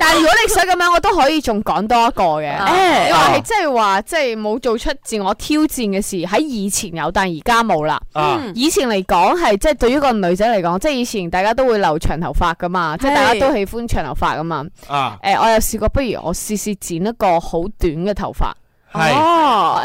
D: 但係如果你想咁樣，我都可以仲講多一個嘅。誒因
B: 啊
D: 為係即係話，即係冇做出自我挑戰嘅事，喺以前有，但係而家冇啦。
B: 啊
D: 以前嚟講係即係對於一個女仔嚟講，即係以前大家都會留長頭髮噶嘛，即係大家都喜歡長頭髮噶嘛。
B: 啊，
D: 誒，我有試過，不如我試試剪一個好短嘅頭髮。
B: 係
D: 哦，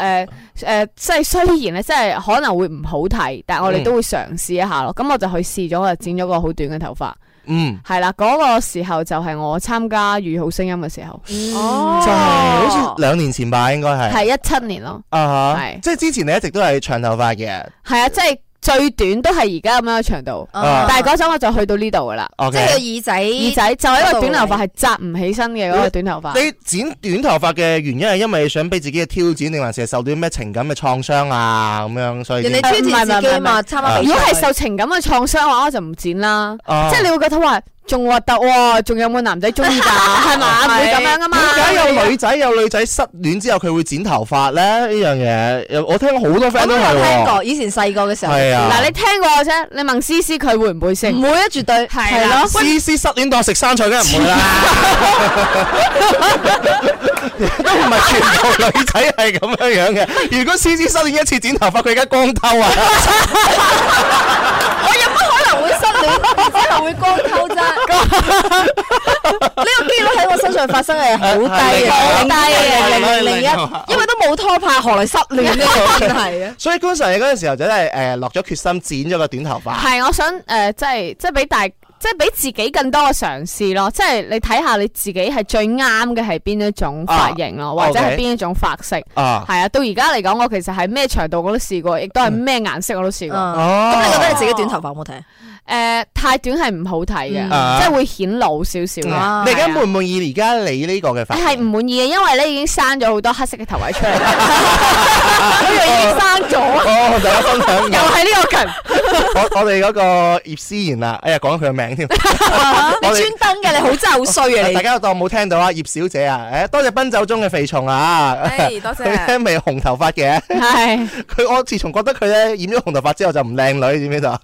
D: 誒誒，即係雖然咧，即係可能會唔好睇，但係我哋
B: 嗯
D: 都會嘗試一下咯。咁我就去試咗，我就剪咗個好短嘅頭髮。
B: 嗯，
D: 係啦，嗰個時候就係我參加《粵語好聲音》嘅時候。
C: 嗯
E: 哦，
B: 就係好似兩年前吧，應該係
D: 系一七年咯，
B: 啊哈
D: 係
B: 即係之前你一直都係長頭髮嘅，
D: 系啊，即系最短都系而家咁样嘅長度，
C: 哦嗯
B: 啊
D: 但系嗰陣我就去到呢度噶啦，
B: ，O
C: 即係
B: K，
C: 個耳
D: 哦耳
C: 仔。
D: 仔就係因為短頭髮係扎唔起身嘅嗰個短頭髮，
B: 你剪短頭髮嘅原因係因為想俾自己嘅挑戰，定還是係受到啲咩情感嘅創傷啊咁樣，所以
C: 人哋
B: 先
C: 挑戰自己嘛，參加
B: 唔係唔係唔係
C: 比賽
D: 如果係受情感嘅創傷嘅話，我就唔剪啦。
B: 啊
D: 即係你會覺得話仲核突喎，仲有冇男仔中 意㗎？係嘛，唔會咁樣噶嘛。
B: 點解有女仔有女仔失戀之後佢會剪頭髮咧？呢樣嘢有我聽過好多 friend 都係
C: 聽過，
B: 喎。
C: 以前細個嘅時候。
B: 係啊
D: 嗱，你聽過啫，你問思思佢會唔會先？
C: 唔會啊，絕對係
D: 啦
C: 咯。
B: 思思失戀當食生菜，梗係唔會啦。都唔係全部女仔係咁樣樣嘅。如果思思失戀一次剪頭髮，佢而家光頭啊！
C: 我有乜可能會失戀？可能會光偷啫。呢個機率喺我身上發生係好低嘅，好低嘅零零零一，因為都冇拖拍，何來失戀呢個問題啊？
B: 所以官神你嗰陣時候就真係誒落咗決心剪咗個短頭髮。
D: 係，我想誒、呃即係即係俾大，即係俾自己更多嘅嘗試咯。即係你睇下你自己係最啱嘅係邊一種髮型咯，
B: 啊
D: 或者係
B: OK
D: 邊一種髮色。
B: 啊
D: 係啊，到而家嚟講，我其實係咩長度我都試過，亦都係咩顏色我都試過。誒、
B: 哦
C: 咁你覺得你自己短頭髮有冇睇？
D: 太短係唔好睇嘅，
B: 啊
D: 即係會顯老少少嘅。
B: 你而家滿唔滿意而家你呢個嘅髮
D: 你
B: 型？
D: 啊係唔滿意嘅，因為咧已經生咗好多黑色嘅頭位出 嚟， 佢又已經生咗，
B: 哦，大家分享
D: 又
B: 緊。
D: 係呢個裙。
B: 哦我我哋嗰個葉思妍啊，哎呀講佢嘅名添，我哋
C: 你專登嘅，你好真係好衰啊！你
B: 大家當冇聽到啊，葉小姐啊，誒多謝奔走中嘅肥蟲啊，
E: 哎多謝
B: 佢咧未紅頭髮嘅，
D: 係，
B: 佢我自從覺得佢咧染咗紅頭髮之後就唔靚女，知唔知道啊？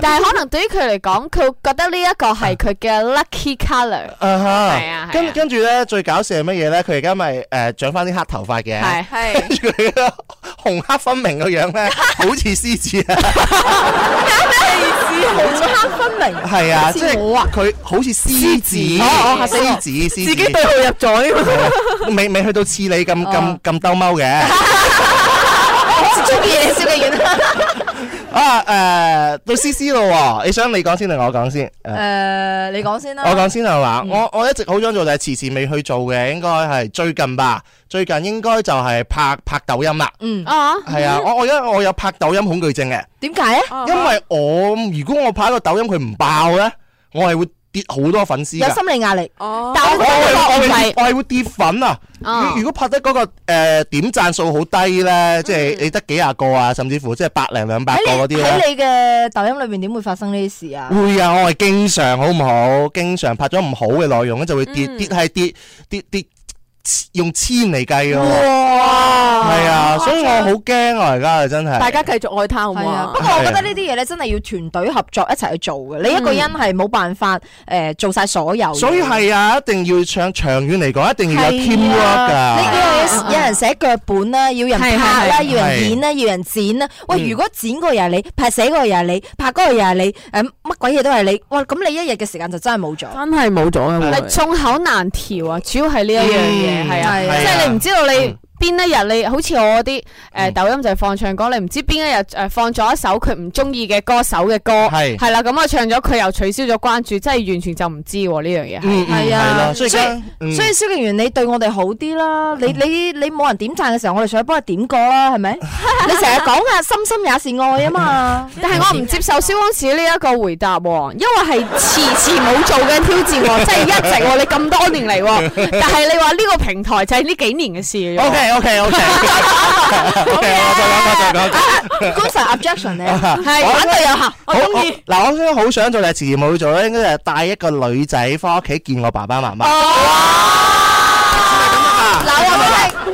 D: 但係可能對於佢嚟講，佢覺得呢一個係佢嘅 lucky colour。
B: 啊哈
D: 係啊係啊
B: 跟跟住咧最搞笑係乜嘢咧？佢而家咪誒長翻啲黑頭髮嘅，
D: 係
E: 係
B: 跟住佢個紅黑分明個樣咧，好似獅子啊，
C: 好黑分明，
B: 係啊，即係
C: 獅子啊
B: 佢好似獅子，
C: 哦哦嚇死我
B: 獅子，獅子
C: 自己對號入座呢個，
B: 未未去到似你咁咁咁兜踎嘅
C: 我中意你笑嘅遠。
B: 啊！誒、到 C C 咯喎，你想你講先定我講先？誒
C: 誒，呃你講先啦。
B: 我講先係嘛？我我一直好想做，但係遲遲未去做嘅，應該係最近吧。最近應該就係拍拍抖音啦。
C: 嗯，
D: 啊，
B: 係啊，我我因為我有拍抖音恐懼症嘅，
C: 點解啊？
E: 哦
B: 因為我如果我拍個抖音佢唔爆咧，我係會跌好多粉絲
C: 有
B: 㗎。
C: 心理壓力。
E: 哦，
D: 但我
B: 我
D: 覺得
B: 係
D: 我
B: 我
D: 唔
B: 係
D: 係
B: 我係會跌粉啊！
D: 啊嗯
B: 如如果拍得嗰個誒點讚數好低咧，即係你得幾廿個啊，甚至乎即係百零兩
D: 哎
B: 百個嗰
C: 喺
B: 啲
C: 你
B: 咧。
C: 喺你嘅抖音裏面點會發生呢啲事啊？
B: 會啊，我係經常好唔好？經常拍咗唔好嘅內容咧，就會跌
D: 嗯
B: 跌係跌跌跌，用千嚟計嘅喎。
E: 哇
B: 係啊，所以我好驚啊！而家真係。
E: 大家繼續愛他好唔好
C: 係啊，
E: 啊
C: 不？過我覺得呢啲嘢咧真係要團隊合作一齊去做嘅，你一個人係冇辦法誒做晒所有嘢。
B: 所以係啊，一定要長長遠嚟講，一定要有啊
C: 係
B: teamwork
C: 啊，
B: 㗎。
C: 呢個有有人寫腳本啦，要人拍啦，
D: 係係
C: 要人演啦，要人剪啦。
B: 嗯
C: 喂，如果剪嗰個又係你，拍寫嗰個又係你，拍嗰個又係你，誒乜鬼嘢都係你，哇！咁你一日嘅時間就真係冇咗。
E: 真係冇咗嘅
D: 係眾口難調啊，主要係呢一樣嘢係啊，
C: 係啊
D: 即係你唔知道
B: 嗯
D: 你。邊一日你好似我啲誒抖音就係放唱歌，你唔知邊一日誒放咗一首佢唔中意嘅歌手嘅歌，
B: 係
D: 係啦，咁我唱咗佢又取消咗關注，真係完全就唔知喎呢樣嘢係。
B: 嗯，嗯
C: 係啊
B: 係啦，所以而
C: 所
B: 家嗯
C: 所以蕭敬元，你對我哋好啲啦，你你你冇人點讚嘅時候，我哋上去幫佢點歌啦， 係咪？你成日講啊，心心也是愛啊嘛。
D: 但係我唔接受蕭公子呢一個回答喎，因為係遲遲冇做嘅挑戰喎，即係一直喎，你咁多年嚟喎，但係你話呢個平台就係呢幾年嘅事 嘅啫
B: O
D: 喎。
B: K O K O K，我再講，我再講。
C: 官神 objection 你
D: 係
B: 我
D: 反對有效，我
B: 好
D: 中意。
B: 我嗱，我真係好想做，但係遲遲冇做咧，應該就係帶一個女仔翻屋企見我爸爸媽媽。
D: 哦
B: 嗱，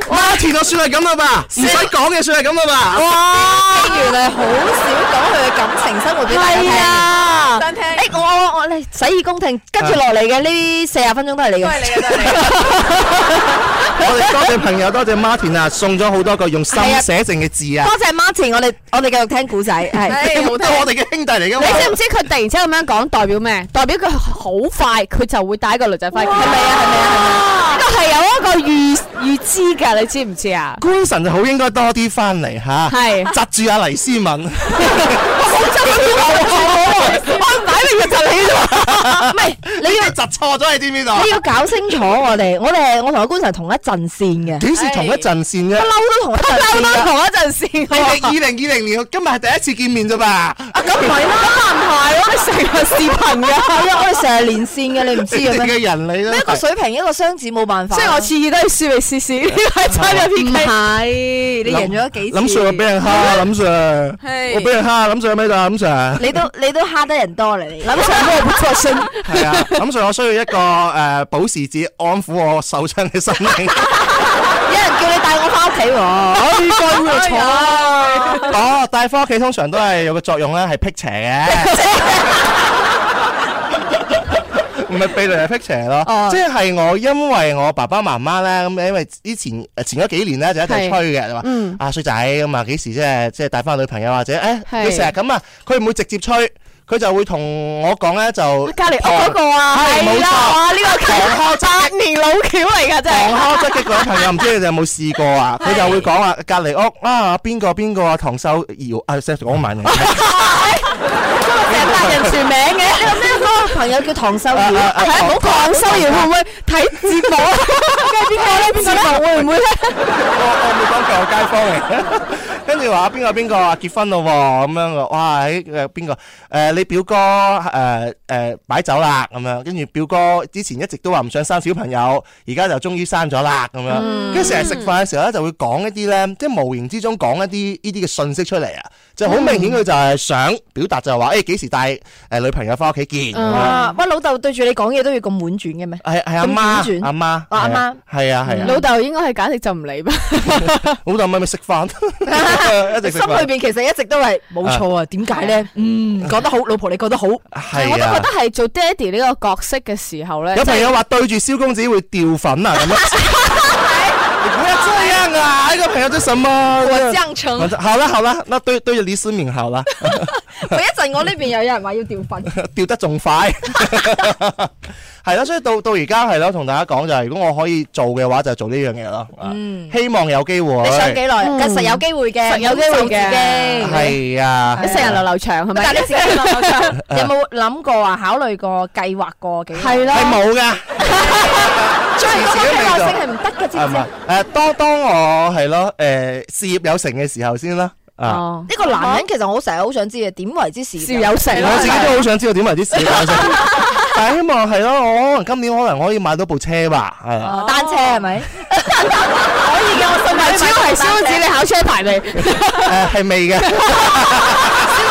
B: 我媽田我算係咁啦吧，唔使講嘅算係咁啦吧。
C: 哇！原來好少講佢嘅感情生活俾大家聽。
D: 係啊，
E: 想聽
C: 哎誒，我我我你洗耳恭聽，跟住落嚟嘅呢四十分鐘都係你
E: 都
C: 嘅
E: 係。你嘅，都係你嘅。
B: 我哋多謝朋友，多謝 Martin 啊，送咗好多個用心寫成嘅字啊
C: 多。謝 Martin，我哋我哋繼續聽古仔，係
E: 誒，好
B: 都
E: 聽
B: 係我哋嘅兄弟嚟噶嘛
D: 你。知唔知佢突然之間咁樣講代表咩？代表佢好快佢就會帶一個女仔翻嚟，係咪啊？係咪啊？係咪啊？呢個係有一個預預知㗎，你知唔知啊？
B: 官神就好應該多啲翻嚟吓，
D: 係
B: 窒住阿黎思 敏。
D: 我好憎佢，我唔擺明就就你啫嘛。
C: 唔係你要
B: 窒實錯咗，你知唔知道？
C: 你要搞清楚我哋，我哋我同阿官神同一陣線嘅。
B: 幾時同一陣線啫？
C: 不嬲都同一陣線㗎
B: 不嬲都同一
C: 陣線
B: 你哋二零二零年今日係第一次見面咋嘛？啊
C: 咁唔係啦，唔係我哋成日視頻㗎，係啊，我哋成日連線嘅，你唔知嘅咩？
B: 你嘅人嚟啦
C: 一個水平一個雙子冇辦法。
D: 即係我次次都係輸俾思 思，呢個係真係 P
C: 唔
D: K。
C: 係，你贏咗幾次？
B: 林 Sir 俾人蝦，啊林 Sir，
C: 係
B: 我俾人蝦，林 Sir 喺咪度？林 Sir，
C: 你都你都蝦得人多啦，你諗
B: 諗
C: 上
B: 我唔錯 身，係啊，林 Sir，我需要一個誒保時捷安撫我受傷嘅生命。
C: 有人叫你帶我翻屋企喎，
B: 哎該會錯
C: 啊！
B: 哦，帶翻屋企通常都係有個作用咧，係辟邪嘅，唔係避雷係辟邪咯。即係我因為我爸爸媽媽咧，咁因為之前誒前嗰幾年咧就一齊吹嘅，就話
A: 嗯
B: 啊衰仔咁啊，幾時即係即係帶翻女朋友或者誒
A: 係
B: 佢成日咁啊，佢唔會直接吹。佢就會同我講咧，就隔
D: 離屋嗰個啊
B: 係冇
D: 係啦
B: 錯，
D: 哇呢個
B: 旁敲
D: 百年老橋嚟㗎，真係。
B: 旁敲側擊嗰位朋友，唔知你哋有冇試過啊？佢就會講啊，隔離屋啊，邊個邊個啊，唐秀瑤啊，成日講埋名，
C: 成人全名嘅，你有咩個朋友叫唐秀瑤？係
B: 啊
C: 啊，好
D: 唐秀瑤會唔會睇節 目啊？跟住邊個咧？邊個咧？會唔 會咧？
B: 我冇講舊街坊嚟。跟住話邊個邊個啊結婚咯喎，咁樣嘅，哇喺誒邊個誒你表哥誒誒擺酒啦咁樣，跟住表哥之前一直都話唔想生小朋友，而家就終於生咗啦咁樣，跟住成日食飯嘅時候咧就會講一啲咧，即係無形之中講一啲呢啲嘅信息出嚟啊，就好明顯佢就係想表達就係話誒幾時帶誒女朋友翻屋企見咁樣。
C: 啊！喂，老豆對住你講嘢都要咁婉轉嘅咩？
B: 係係阿
C: 咁婉
B: 媽，
C: 轉
B: 阿媽，
C: 哦阿
B: 係啊係啊係啊，
D: 老豆應該係簡直就唔理吧。
B: 老豆咪咪食 飯， 一直食
C: 心裏
B: 飯。
C: 邊其實一直都係冇錯啊，點解咧？嗯，講得好，老婆你講得好，
B: 係啊
D: 我都覺得係做爹哋呢個角色嘅時候咧，
B: 有朋友話對住蕭公子會掉粉啊咁樣。你不要這樣啊！呢個朋友叫什麼？
C: 我降成
B: 反正好啦好啦，那對對着李思敏好啦，
C: 佢一陣我呢邊又有人話要掉 粉，
B: 掉得仲快。 係啦，所以到到而家係咯，同大家講就係，如果我可以做嘅話，就做呢樣嘢咯。啊
C: 嗯，
B: 希望有機會。
C: 你想幾耐？其實有機會嘅，
D: 實有機會嘅
C: 嘅
B: 係啊，
D: 一世人流流長係咪？
C: 但係你自己 有冇諗過
B: 啊
C: 有冇諗過啊？考慮過、計劃過幾？
D: 係咯
B: 係冇噶。
C: 最
B: 自己
C: 嗰個
B: 未
C: 計劃
B: 做
C: 性係唔得嘅，知
B: 係
C: 唔知？
B: 咪？誒，當當我係咯，誒事業有成嘅時候先啦。
D: Ờ.
B: 啊，
C: 呢個男人其實我成日好想知嘅，點為之事
D: 事有成
B: 我自己都好想知道點為啲事業有成，但係希望係咯，我可能今年可能可以買到部車吧，係啊。
C: 單車係咪？
D: 可以嘅，我信你。主要係蕭公子你考車牌未？
B: 誒係未嘅，
C: 蕭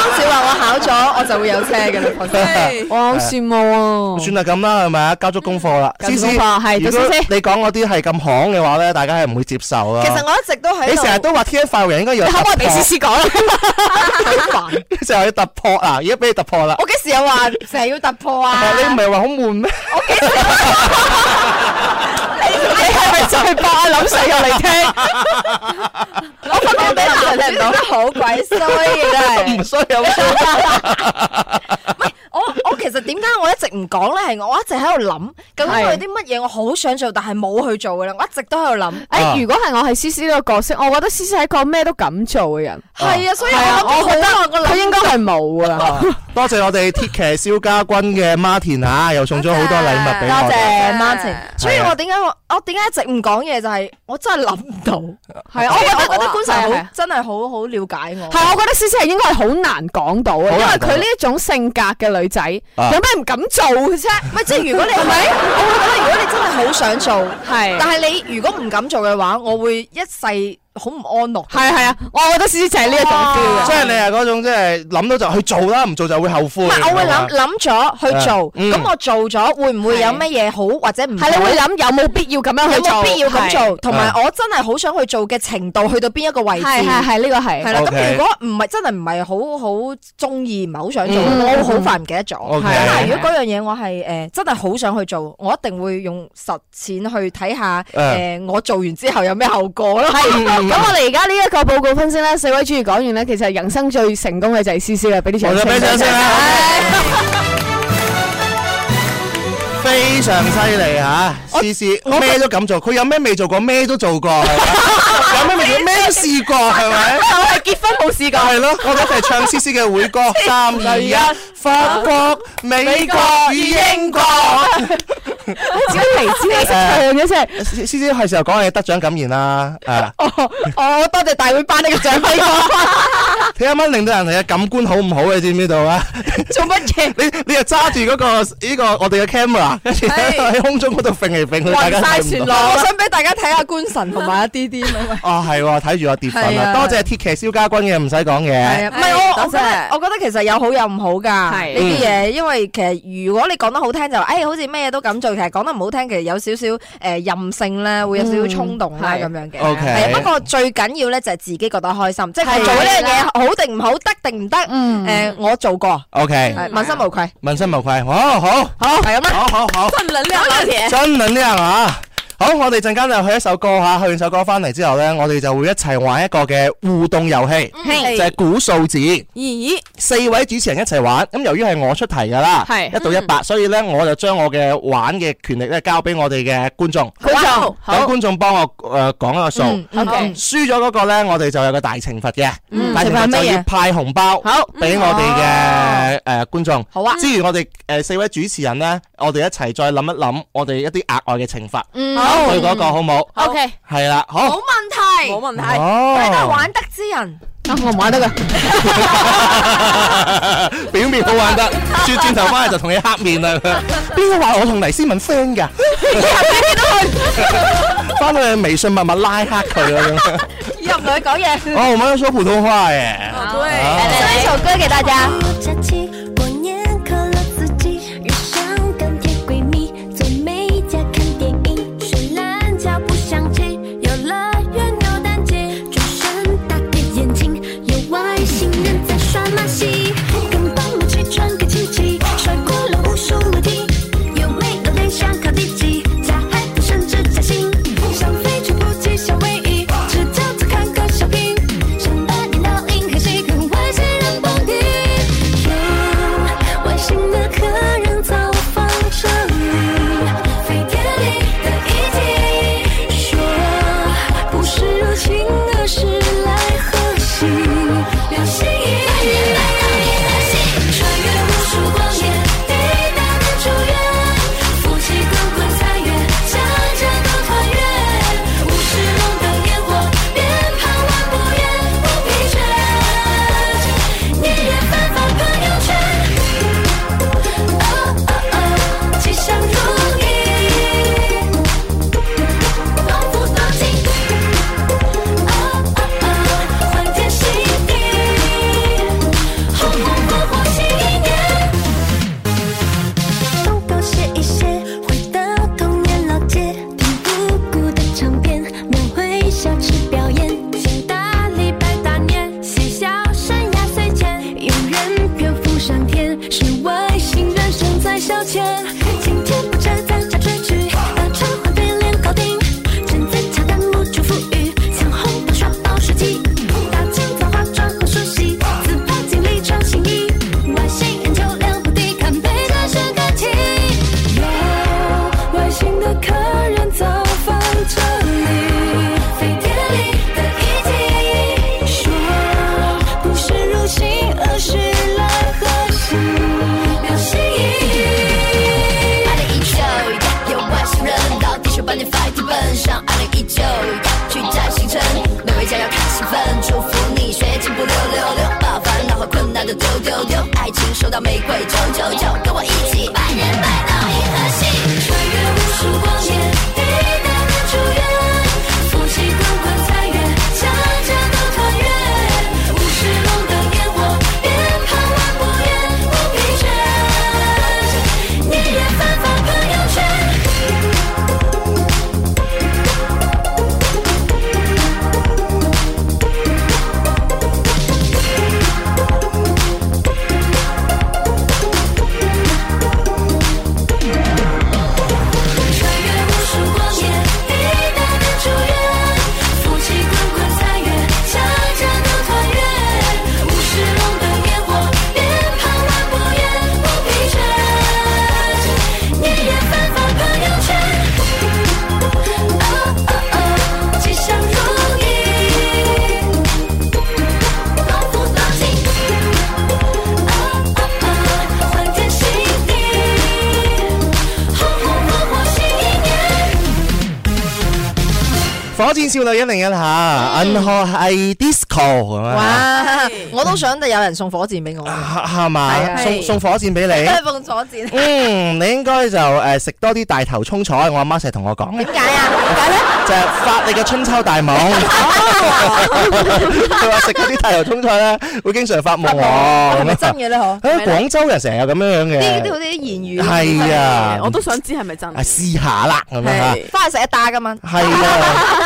C: 公子話我考咗，我就會有車嘅啦放
E: 哎
C: 心。
D: 我好羨慕啊！
B: 算係咁啦，係咪啊？交足功課啦，
D: 交足功課係
B: 如
D: 到
B: 果
D: 思思
B: 你講嗰啲係咁行嘅話咧，大家係唔會接受啊。
C: 其實我一直都喺
B: 你成日
C: 度，
B: 都話 T F 快活人應該有
D: 你
B: 突
D: 可唔可
B: 破
D: 以，俾思思講啦？
B: 就係要突破啊！而家俾你突破啦
C: 我，幾時有話成日要突破啊？
B: 你唔係話好悶咩？
D: 你係咪就係 博阿林 Sir 入嚟聽？
C: 我發覺俾男人都好鬼衰 嘅真 係。
B: 唔需要。
C: 我我其實點解我一直唔講咧？係我一直喺度諗，究竟我有啲乜嘢我好想做，但係冇去做嘅咧？我一直都喺度諗。
B: 啊
D: 誒，如果係我係思思呢個角色，我覺得思思係一個咩都敢做嘅人。
C: 係啊，所以
D: 係啊，
C: 我
D: 我覺
C: 覺
D: 得
C: 得我個
D: 佢
C: 諗
D: 應該係冇啊。
B: 多謝我哋鐵騎蕭家軍嘅 Martin 啊，又送咗好多禮物俾
C: 多
B: 我哋。
C: 謝 Martin。所以我點解我我點解一直唔講嘢？就係我真係諗唔到。
D: 係啊，
C: 我
D: 我
C: 我覺得官神
D: 係啊係
C: 好
D: 啊
C: 真係好好了解我。
D: 係，我覺得思思係應該係好難講到啊，因
B: 好
D: 為
B: 難講
D: 佢呢一種性格嘅女仔，有
B: 啊
D: 咩唔敢做嘅啫？
C: 咪即係如果你係咪？我會覺得如果你真係好想做，
D: 係
C: 但係你如果唔敢做嘅話，我會一世好唔安樂。
D: 係啊係啊，我覺得思思就係呢一種 feel 嘅
B: 即係你係嗰種即係諗到就去做啦，唔做就會後
D: 啊
B: 悔。
C: 唔係，我會諗
B: 係嘛
C: 諗咗去做，
B: 嗯
C: 咁我做咗會唔會有乜嘢好或者唔好
D: 係你會諗有冇必要咁樣
C: 有
D: 去做，
C: 冇必要咁
D: 係？啊
C: 做，同埋我真係好想去做嘅程度去到邊一個位置。
D: 係係係，呢個係
C: 係啦，咁
B: OK
C: 如果唔係真係唔係好好中意，唔係好想做，
B: 嗯
C: 我好快唔記得咗。咁
B: OK
C: 但係如果嗰樣嘢我係誒真係好想去做，我一定會用實踐去睇下誒我做完之後有咩後果咯。
D: 啊係嗯咁，我哋而家呢一個報告分析咧，四位主持講完咧，其實人生最成功嘅就係思思啦，俾啲掌
B: 我
D: 聲。
B: 就俾掌 聲啦，
C: 啊
B: 非常犀利吓，試試咩都敢做，佢有咩未做過，咩都做過，係咪有咩未做過，咩都試過，係咪？
D: 我係結婚冇試過。
B: 係咯，我哋一齊唱 C C 嘅會歌，三二一，法國、美國與英國，思思係時候講你得獎感言啦，啊！
D: 哦我多謝大會頒呢個獎俾我，
B: 你啱啱令到人哋嘅感官好唔好，你知唔知道啊？
D: 做乜嘢？
B: 你你又揸住嗰個呢個我哋嘅 camera，跟住
D: 係
B: 喺空中嗰度揈嚟揈去，大
D: 暈
B: 家
D: 晒
B: 睇
D: 船
B: 唔
D: 咯
B: 到。！
D: 我想俾大家睇下官神同埋一 啲啲咪咪。
B: 哦，係喎，睇住我跌粉
D: 係
B: 啊！
D: 啊
B: 多謝鐵騎蕭家軍嘅，唔使講
C: 係
B: 嘅。
C: 啊，唔係我我覺得我覺得其實有好有唔好㗎呢啲嘢，因為其實如果你講得好聽就誒好似咩嘢都咁做，其實講得唔好聽其實有少少誒任性咧，會有少少衝動啦
D: 嗯係
C: 咁樣嘅。
B: OK
C: 嗯係啊不過最緊要咧就係自己覺得開心，即係嗯佢做呢樣嘢
D: 係啦
C: 好定唔好，得定唔得？誒，我做過，
B: OK，
C: 係問心無愧。
B: 問心無愧，好好
C: 嗯好，係咁
B: 好好好，
E: 正能量老铁，
B: 真能量啊！好，我哋陣間就去一首歌吓，去完首歌翻嚟之後呢，我哋就會一齊玩一個嘅互動遊戲，
C: 係
B: 就係估數字。
E: 咦，
B: 四位主持人一齊玩，咁由於係我出題㗎啦，
D: 係
B: 一到一百，所以呢，我就將我嘅玩嘅權力咧交俾我哋嘅觀眾，
D: 好就
B: 等
D: 好
B: 觀眾幫我誒講一個數，
C: 嗯
D: ，OK，
B: 輸咗嗰個呢，我哋就有個大懲罰嘅，
C: 嗯
B: 大懲罰
C: 懲罰
B: 就
C: 乜嘢
B: 要派紅包，
D: 好
B: 俾我哋嘅誒觀眾。
C: 好啊
B: 之餘我哋誒四位主持人呢，我哋一齊再諗一諗，我哋一啲額外嘅懲罰，
C: 好
B: 對嗰個好冇？
D: ，OK，
B: 係啦，
C: 冇
B: 好，
C: 問題
E: 冇，問題。
B: 哦
C: 佢都係玩得之人。
D: 啊我唔玩得噶，
B: 表面好玩得，轉轉頭翻嚟就同你黑面啦。邊個話我同黎思文 friend 㗎？ 翻到去微信默默拉黑佢啊！咁樣
C: 以後唔同佢講嘢。
B: 哦，我們要說普通話耶。
E: 对，
C: 送一首哦歌給大家。
I: 我假期，我严苛了自己，遇上钢铁闺蜜，做美甲看电影，睡懒觉不想起，有了约扭蛋机，转身大跌眼镜，有外星人在耍马戏，跟保姆去穿个亲戚，摔过了无数楼梯，有没有理想靠地基？假孩子甚至假心，想飞出国际，想唯一，只叫做看个小品，想扮演老鹰还是跟外星人蹦迪？外星的客人早放这里，飞碟里的遗体，说不是入侵，而是来和稀，流星雨。穿越无数光年，抵达的祝愿，夫妻更换三月，家家都团圆。五十笼的烟火，鞭炮万不厌，不疲倦。年夜饭饭朋友圈，哦哦哦，吉祥如意，幸福多情，哦哦哦，欢天喜地。红红火火新一年，东跑写一些，回到童年老街，听复古的唱片，描绘小吃表演，新大礼拜大年，嬉笑山压岁钱，永远漂浮上天，是外星人正在消遣，今天不知在家追剧，大窗花对联搞定，站在桥弹幕祝福语，抢红包刷爆手机，大清早化妆很梳洗，自拍经历穿新衣，外星人就两不敌，看被单身感情。有外星的客人早放这里，飞碟里的遗体，说不是入侵，而是来和稀，流星雨。二零一九，有外星人到地球把你发一提奔上二零一九，去摘星辰，美味佳肴看兴奋，祝福你学业进步六六六，把烦恼和困难都丢丢丢，爱情收到玫瑰九九九，跟我一起拜年拜到银河系，穿越无数光年，抵达的祝愿，夫妻更换财源，家家都团圆，五十笼的烟火，鞭炮万不厌，不疲倦，年夜饭发朋友圈。哦
B: 火箭少女一零一下，銀河系 disco 咁樣
C: 嗯哇！我都想得有人送火箭俾我，
B: 係係嘛？
C: 係
B: 送送火箭 俾你。
C: 送火箭。
B: 嗯，你應該就誒食多啲大頭葱菜，我阿媽成日同我 講。點解啊？點解咧？就係發你嘅春秋大夢。
C: 哦
B: 佢話食嗰啲大頭葱菜咧，會經常發夢喎。
C: 係咪哦真嘅咧？嗬，
B: 誒廣州人成日有咁樣樣
C: 呢啲
B: 嘅
C: 好，似啲言語。
B: 係啊，
E: 我都想知係咪真。
B: 啊試下啦咁樣嚇。
C: 翻去食一打噶嘛。
B: 係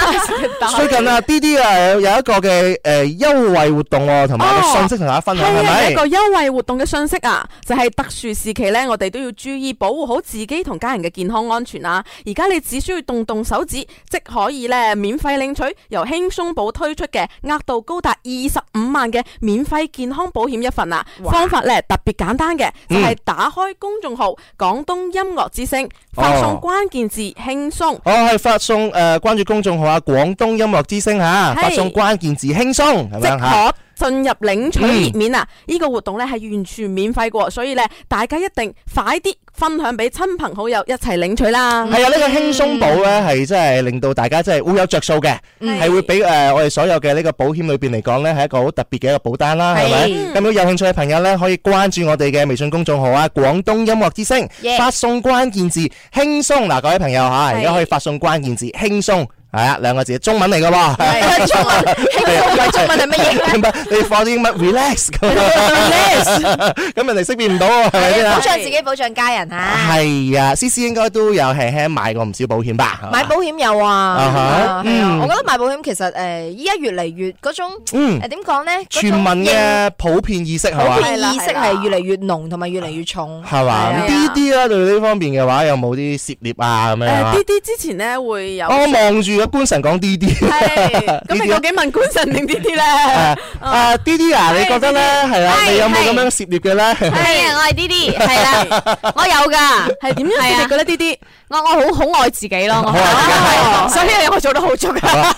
B: 啊，最近啊，D D 啊有一個嘅誒優惠活動喎，同埋
C: 哦
B: 個信息同大家分享係
E: 係啊，有一個
B: 咪？
E: 優惠活動嘅信息啊，就係特殊時期呢，我哋都要注意保護好自己同家人嘅健康安全啊！而家你只需要動動手指，即可以呢免費領取由輕鬆保推出嘅額度高達二十五萬嘅免費健康保險一份啊！方法呢特別簡單嘅，
B: 嗯
E: 就係打開公眾號廣東音樂之聲，發送
B: 哦
E: 關鍵字輕鬆。
B: 我係發送誒關注公眾號啊，廣東音樂之聲嚇，
E: 係
B: 發送關鍵字輕鬆咁
E: 即
B: 樣嚇。嗯
E: 可進入領取頁面啊！呢、個活動咧係完全免費嘅喎，所以咧大家一定快啲分享俾親朋好友一齊領取啦！
B: 係啊，呢個輕鬆保咧係真係令到大家真係會有着數嘅，係會俾誒我哋所有嘅呢個保險裏邊嚟講咧係一個好特別嘅一個保單啦，係咪？咁如果有興趣嘅朋友咧，可以關注我哋嘅微信公眾號啊，廣東音樂之聲，發送關鍵字輕鬆嗱，各位朋友嚇，而家可以發送關鍵字輕鬆。係啊，兩個字，中文嚟嘅喎。
C: 中文輕鬆唔係中文係 乜嘢？
B: 唔係你放啲英文 relax 咁 樣，咁人哋識別唔到喎，係咪先啊
C: 保？障自己，保障家人吓。
B: 係啊，C C 應該都有輕輕買過唔少保險吧？係嘛
C: 買保險有啊，
B: 啊哈
C: 啊係啊
B: 嗯
C: 我覺得買保險其實誒依家越嚟越嗰種呃
B: 嗯
C: 誒點講咧，嗰種
B: 全民
C: 認
B: 嘅普遍意識係
C: 普
B: 嘛？
C: 遍意識係越嚟越濃，同埋越嚟越重。啊
B: 係嘛？咁呢啲咧對呢方面嘅話，有冇啲涉獵啊咁樣
E: 誒
B: 啊哦
E: 啲？啲之前咧會有
B: 我望住個官神講啲
E: Ờ.
B: 啲。
E: 係咁，你
B: 呢啲
E: 究竟問官神定啲 啲
B: 誒
E: 咧？
B: 啊啲啲啊，你覺得咧係啊？你有冇咁樣涉獵嘅咧？
D: 係啊，我係 D D，係 啦，我有噶，
E: 係點樣？
D: 係啊
E: 你哋覺得啲啲
D: 我我好好愛自己咯，我
B: 好啊
D: 係所以我做得好足啊。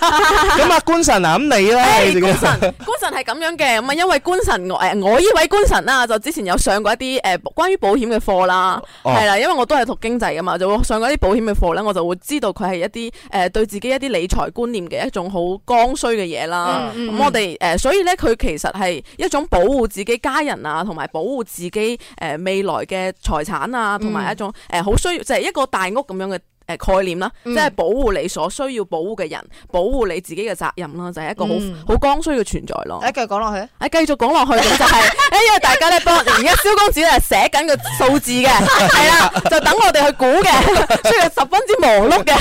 B: 咁啊，官神啊，咁你咧？你
E: 誒
B: 哋
E: 哎官
B: 嘅
E: 神，官神係咁樣嘅咁啊，因為官神我誒我依位官神啊啦，就之前有上過一啲誒關於保險嘅課啦，
B: 哦
E: 係啦，因為我都係讀經濟噶嘛，就會上過一啲保險嘅課咧，我就會知道佢係一啲誒對自己一啲理財觀念嘅一種好剛需嘅嘢啦。
B: 嗯
E: 咁我哋誒所以咧，佢其實係一種保護自己家人啊，同埋保護自己誒未來嘅財產啊，
B: 嗯
E: 同埋一種誒好需要就係一個大屋咁樣嘅。誒概念啦，
B: 嗯
E: 即係保護你所需要保護嘅人，保護你自己嘅責任啦，就係一個好
C: 嗯
E: 好剛需嘅存在咯。
C: 一句講落去啊，
E: 誒，繼續講落去咁就 係，誒，因為大家咧幫而家蕭公子咧寫緊個數字嘅，係啦，就等我哋去估嘅，所以十分之忙碌嘅。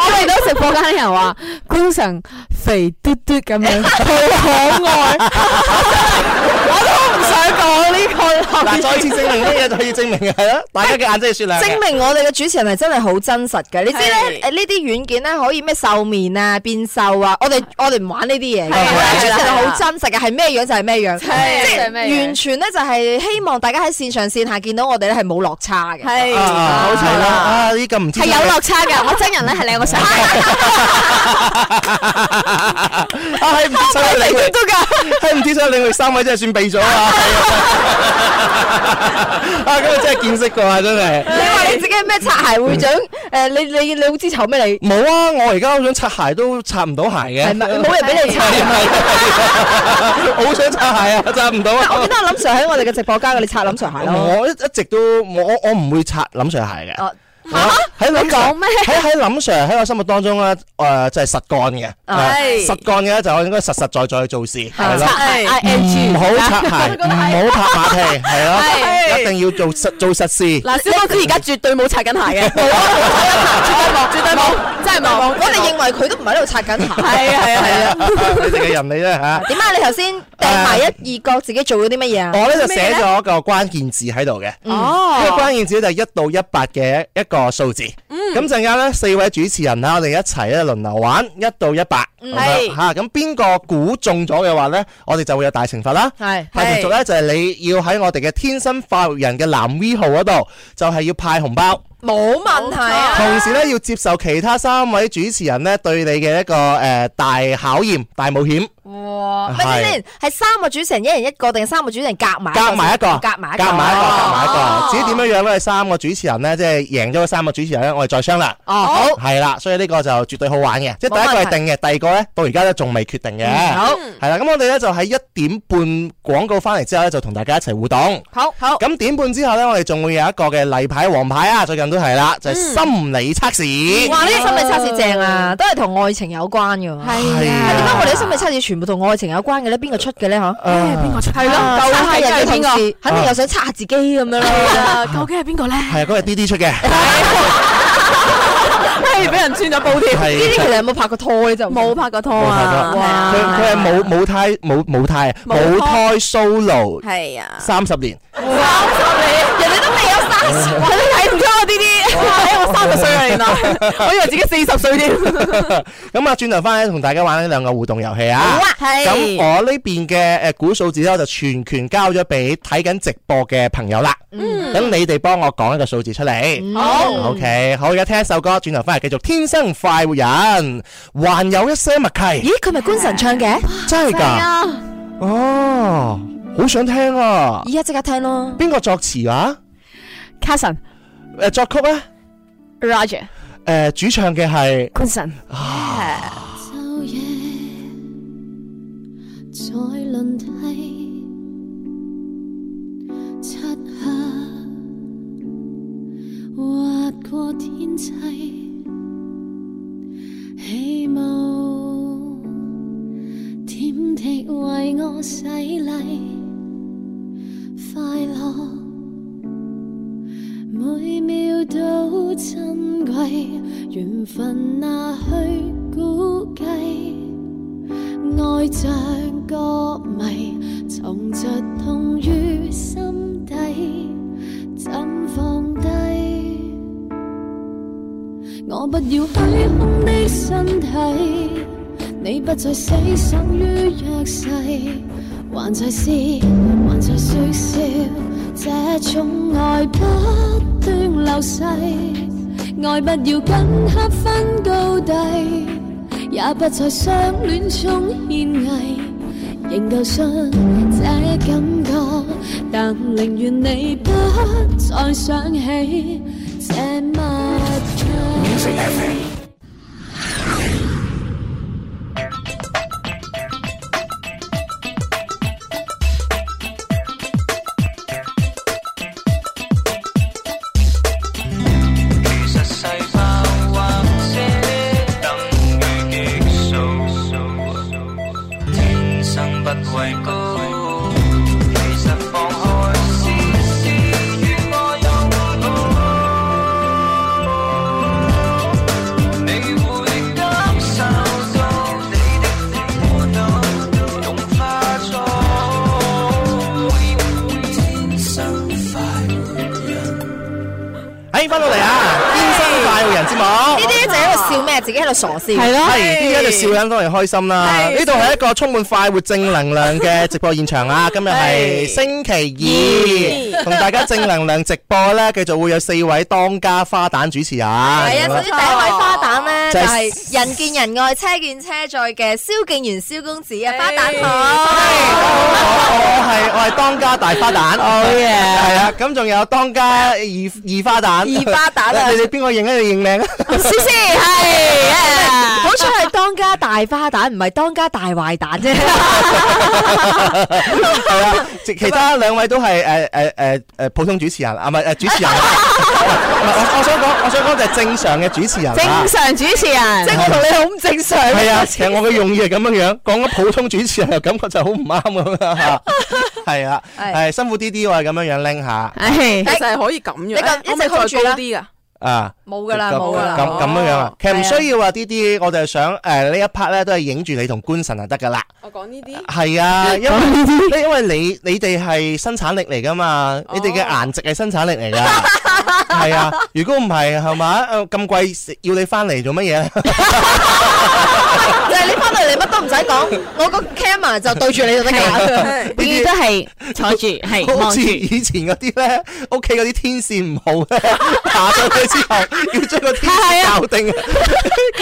D: 我哋都食課間啲人話官神肥嘟嘟咁樣，好可愛。我都唔想講呢
B: 嗱，再次證明呢嘢就可以證明係啦，大家嘅眼睛係雪亮嘅。
C: 證明我哋嘅主持人係真係好真實嘅。你知咧
E: 係
C: 誒呢啲軟件咧可以咩瘦面啊、變瘦啊，我哋我哋唔玩呢啲嘢嘅。
E: 係
C: 我
E: 啦
C: 哋主持人係
E: 係啦
C: 好真實嘅，係咩樣就係咩樣，即
D: 係就係咩樣
C: 係完全咧就係希望大家喺線上線下見到我哋咧係冇落差 嘅。
E: 係
B: 啊
E: 冇錯
B: 係啦，
E: 啦，
B: 啊呢咁唔知
D: 個係有落差㗎，我真人咧係兩個 相。
B: 啊喺唔知所有領域喺唔知所有領域三位真係算避咗啊！ 啊咁啊真係見識過啊真係。
C: 你話你自己係咩擦鞋會長？誒，你你你好知醜咩？你
B: 冇啊！我而家好想擦鞋都擦唔到鞋嘅。
C: 係咪冇人俾你擦
B: 係啊
C: 鞋？
B: 係啊係我好想擦鞋啊， 擦唔到
C: 我
B: 啊
C: 記！得阿林 Sir 喺我哋嘅直播間，你擦林 Sir 鞋咯。
B: 我一一直都我我我唔會擦林 Sir 鞋嘅
C: 哦。
B: 我喺林 Sir
D: 講咩
B: 喺喺林 Sir 喺我心目當中咧，誒就係實幹嘅，誒實幹嘅咧就我應該實實在在去做事，係咯。
E: 係
D: I N G
B: 唔好擦鞋，唔好拍馬屁，係咯，
E: 係
B: 一定要做實做實事。
E: 嗱，蕭公子而家絕對冇擦緊 鞋嘅，冇啊，冇絕對冇，真係冇，
C: 我哋認為佢都唔喺度擦緊鞋。
E: 係啊係啊係啊，
B: 你哋嘅人嚟啫 吓。
C: 點啊？你頭先掟埋一二角，自己做咗啲乜嘢啊？
B: 我咧就寫咗一個關鍵字喺度嘅，
D: 嗯
B: 呢個
E: 哦，
B: 關鍵字就係一到一百嘅一個數字。咁陣間咧，四位主持人啊啦，我哋一齊咧輪流玩一到一百，
E: 係
B: 吓咁邊個估中咗嘅話咧，我哋就會有大懲罰啦。
C: 係
B: 大
E: 係
B: 懲罰咧就係你要喺我哋嘅天生快活人嘅藍 V 號嗰度，就係要派紅包。
G: 冇問題啊！
B: 同時咧要接受其他三位主持人咧對你嘅一個诶大考驗、大冒險，
C: 哇！咪先先，係三個主持人一人一個定三個主持人夾埋？
B: 夾埋一個，
C: 夾埋一個，哦
B: 夾埋一個，夾埋一個。至於點樣樣咧，三個主持人咧，即係贏咗嗰三個主持人咧，我哋再商量。
C: 哦，好。
B: 係啦，所以呢個就絕對好玩嘅，即係第一個係定嘅，第二個咧到而家都仲未決定嘅。
C: 嗯好
B: 係啦，咁我哋咧就喺一點半廣告翻嚟之後咧，就同大家一齊互動。
C: 好好。
B: 咁點半之後咧，我哋仲會有一個嘅例牌黃牌啊，最近都係啦，就係心理測試。
C: 嗯哇！呢啲心理測試正啊，都係同愛情有關嘅。係啊，點解我哋啲心理測試全部同愛情有關嘅咧？邊個出嘅咧？嗬？
E: 邊個出？係
C: 啊測
E: 究
C: 下
E: 竟
C: 人
E: 係
C: 哋
E: 邊
C: 同
E: 個？
C: 事，肯定又想測下自己咁樣咯。
E: 啊究竟係邊個咧？
B: 係啊，嗰日 D D 出 嘅，
E: 嘿，俾人穿咗煲添，
C: 呢啲其
B: 係。
C: 實有冇拍過拖咧？就
E: 冇拍過拖
B: 冇拍
E: 啊！
B: 過
E: 哇
B: 佢佢係冇冇胎冇冇胎啊
E: 冇胎
B: 冇胎 solo
E: 係啊，
B: 三十年，
E: 人哋都未有三十，你睇唔出我啲啲，哇！我三十歲 啊，原來我以為自己四十歲添。
B: 咁啊轉頭翻嚟同大家玩呢兩個互動遊戲啊。
E: 係
B: 咁我呢邊嘅誒估數字咧，我就全權交咗俾睇緊直播嘅朋友啦。
E: 嗯
B: 等你哋幫我講一個數字出嚟。好，OK，好，而家聽一首歌，轉頭翻嚟繼續《天生快活人》，還有一些默契，
C: 咦，佢咪官神唱嘅？
B: 真係㗎？
C: 啊！
B: 哦，好想聽啊！
C: 而家即刻聽咯。
B: 邊個作詞啊？
D: Carson、
B: 誒作曲咧？
D: Roger、
B: 誒主唱嘅係
D: Quinson，
I: 秋夜在輪替，漆黑劃過天際，起舞點滴為我洗禮，快樂每秒都珍貴，緣分哪去估計？愛像個謎，藏着痛於心底，怎放低？我不要虛空的身體，你不再死守於弱勢，還在試，還在説笑，這種愛不斷流逝，愛不要跟黑分高低。也不再相戀中獻藝，仍舊信這感覺，但寧願你不再想起這默契。
B: 誒翻到嚟啊！天生快活人節目。
C: 呢啲就喺度笑咩？自己喺度傻笑。
D: 係咯，
B: 係，依家就笑緊當然開心啦。
E: 係
B: 呢度係一個充滿快活正能量嘅直播現場 啊！今日係星期二，同大家正能量直播呢，繼續會有四位當家花旦主持人。
C: 係啊，
B: 係
C: 首先第一位花旦咧
B: 就
C: 就
B: 係
C: 係人見人愛、車見車載嘅蕭敬元蕭公子啊，花旦
B: 我
C: 好。
B: 我係我係當家大花旦，好
C: Oh,
B: 嘢，係啊！咁仲有當家二二花旦，
C: 二花旦啊
B: 你哋邊個認啊？你認 靚啊？
C: 思思係，好彩係當家大花旦，唔係當家大壞蛋啫。
B: 係啊，其其他兩位都係誒誒誒誒普通主持人啊，唔係誒主持人。唔係我我想講，我想講就係正常嘅主持人啊。
D: 正常主持人，即係我同你好唔正常。
B: 系啊，其實我嘅用意係咁樣樣，講緊普通主持人又感覺就好唔啱咁樣 吓，係啊，
C: 係
B: 係辛苦啲啲，我係咁樣樣拎下
D: 唉
E: 其實係可以咁樣，
C: 你撳
E: 誒可唔可以再
C: 一直 hold 住啦
E: 高啲噶？
B: 啊，
C: 冇噶啦，
B: 咁
C: 冇噶啦。
B: 咁咁樣樣啊，其實唔
C: 係啊
B: 需要啊，啲啲，我就係想诶呢一 part 咧都係影住你同官神就得噶啦，
E: 我講呢啲。
B: 係 啊，
D: 哦
B: 因
D: 哦
B: 為因為你你哋係生產力嚟噶嘛，你哋嘅顏值係生產力嚟噶，系啊，如果唔係係嘛，呃咁貴要你翻嚟做乜嘢？
C: 就係你翻到嚟，你乜都唔使 講，我個 camera 就對住你就得 㗎。
D: 永遠都係坐 住，係
B: 好
D: 望
B: 似
D: 住。
B: 以前嗰啲咧，屋企嗰啲天線唔好 咧，爬上去之後要將個天
D: 係
B: 線
D: 啊
B: 搞 定，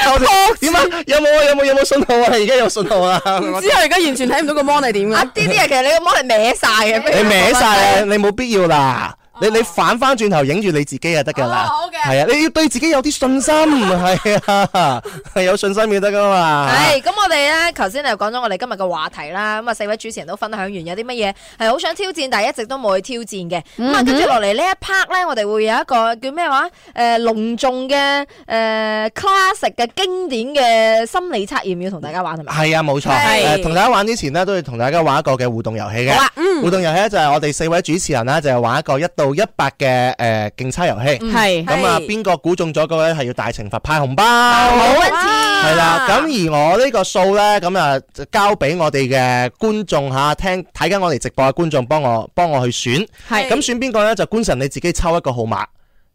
B: 搞定點啊？有冇啊？有冇有冇信號啊？而家有信號啊！
E: 唔知我而家完全睇唔到個 mon 係點
C: 啊！
E: 嘅。
C: 啲啲人其實你個魔係歪晒 嘅，
B: 你歪晒啊！你冇必要啦。你你反翻轉頭影住你自己就得㗎啦，係啊！你要對自己有啲信心，係啊，係有信心先得㗎嘛。
C: 系咁，我哋咧頭先就講咗我哋今日嘅話題啦。咁啊，四位主持人都分享完有啲乜嘢係好想挑戰，但係一直都冇去挑戰嘅。咁啊，跟住落嚟呢一 part 咧，我哋會有一個叫咩話？诶，隆重嘅诶 classic 嘅經典嘅心理測驗要同大家玩係咪？
B: 係啊，冇錯。
E: 係
B: 誒同大家玩之前呢，都要同大家玩一個嘅互動遊戲嘅。
C: 好啊
B: 互動遊戲咧就係我哋四位主持人啦，就係玩一個一到一百嘅誒競猜遊戲。
D: 係
B: 咁啊，
E: 係
B: 邊個估中咗個咧係要大懲罰派紅包。
C: 冇人知。
B: 係啦，咁而我呢個數呢，咁啊就交俾我哋嘅觀眾吓，聽睇緊我哋直播嘅觀眾幫我幫我去選。
D: 係
B: 咁選邊個呢？就官神你自己抽一個號碼，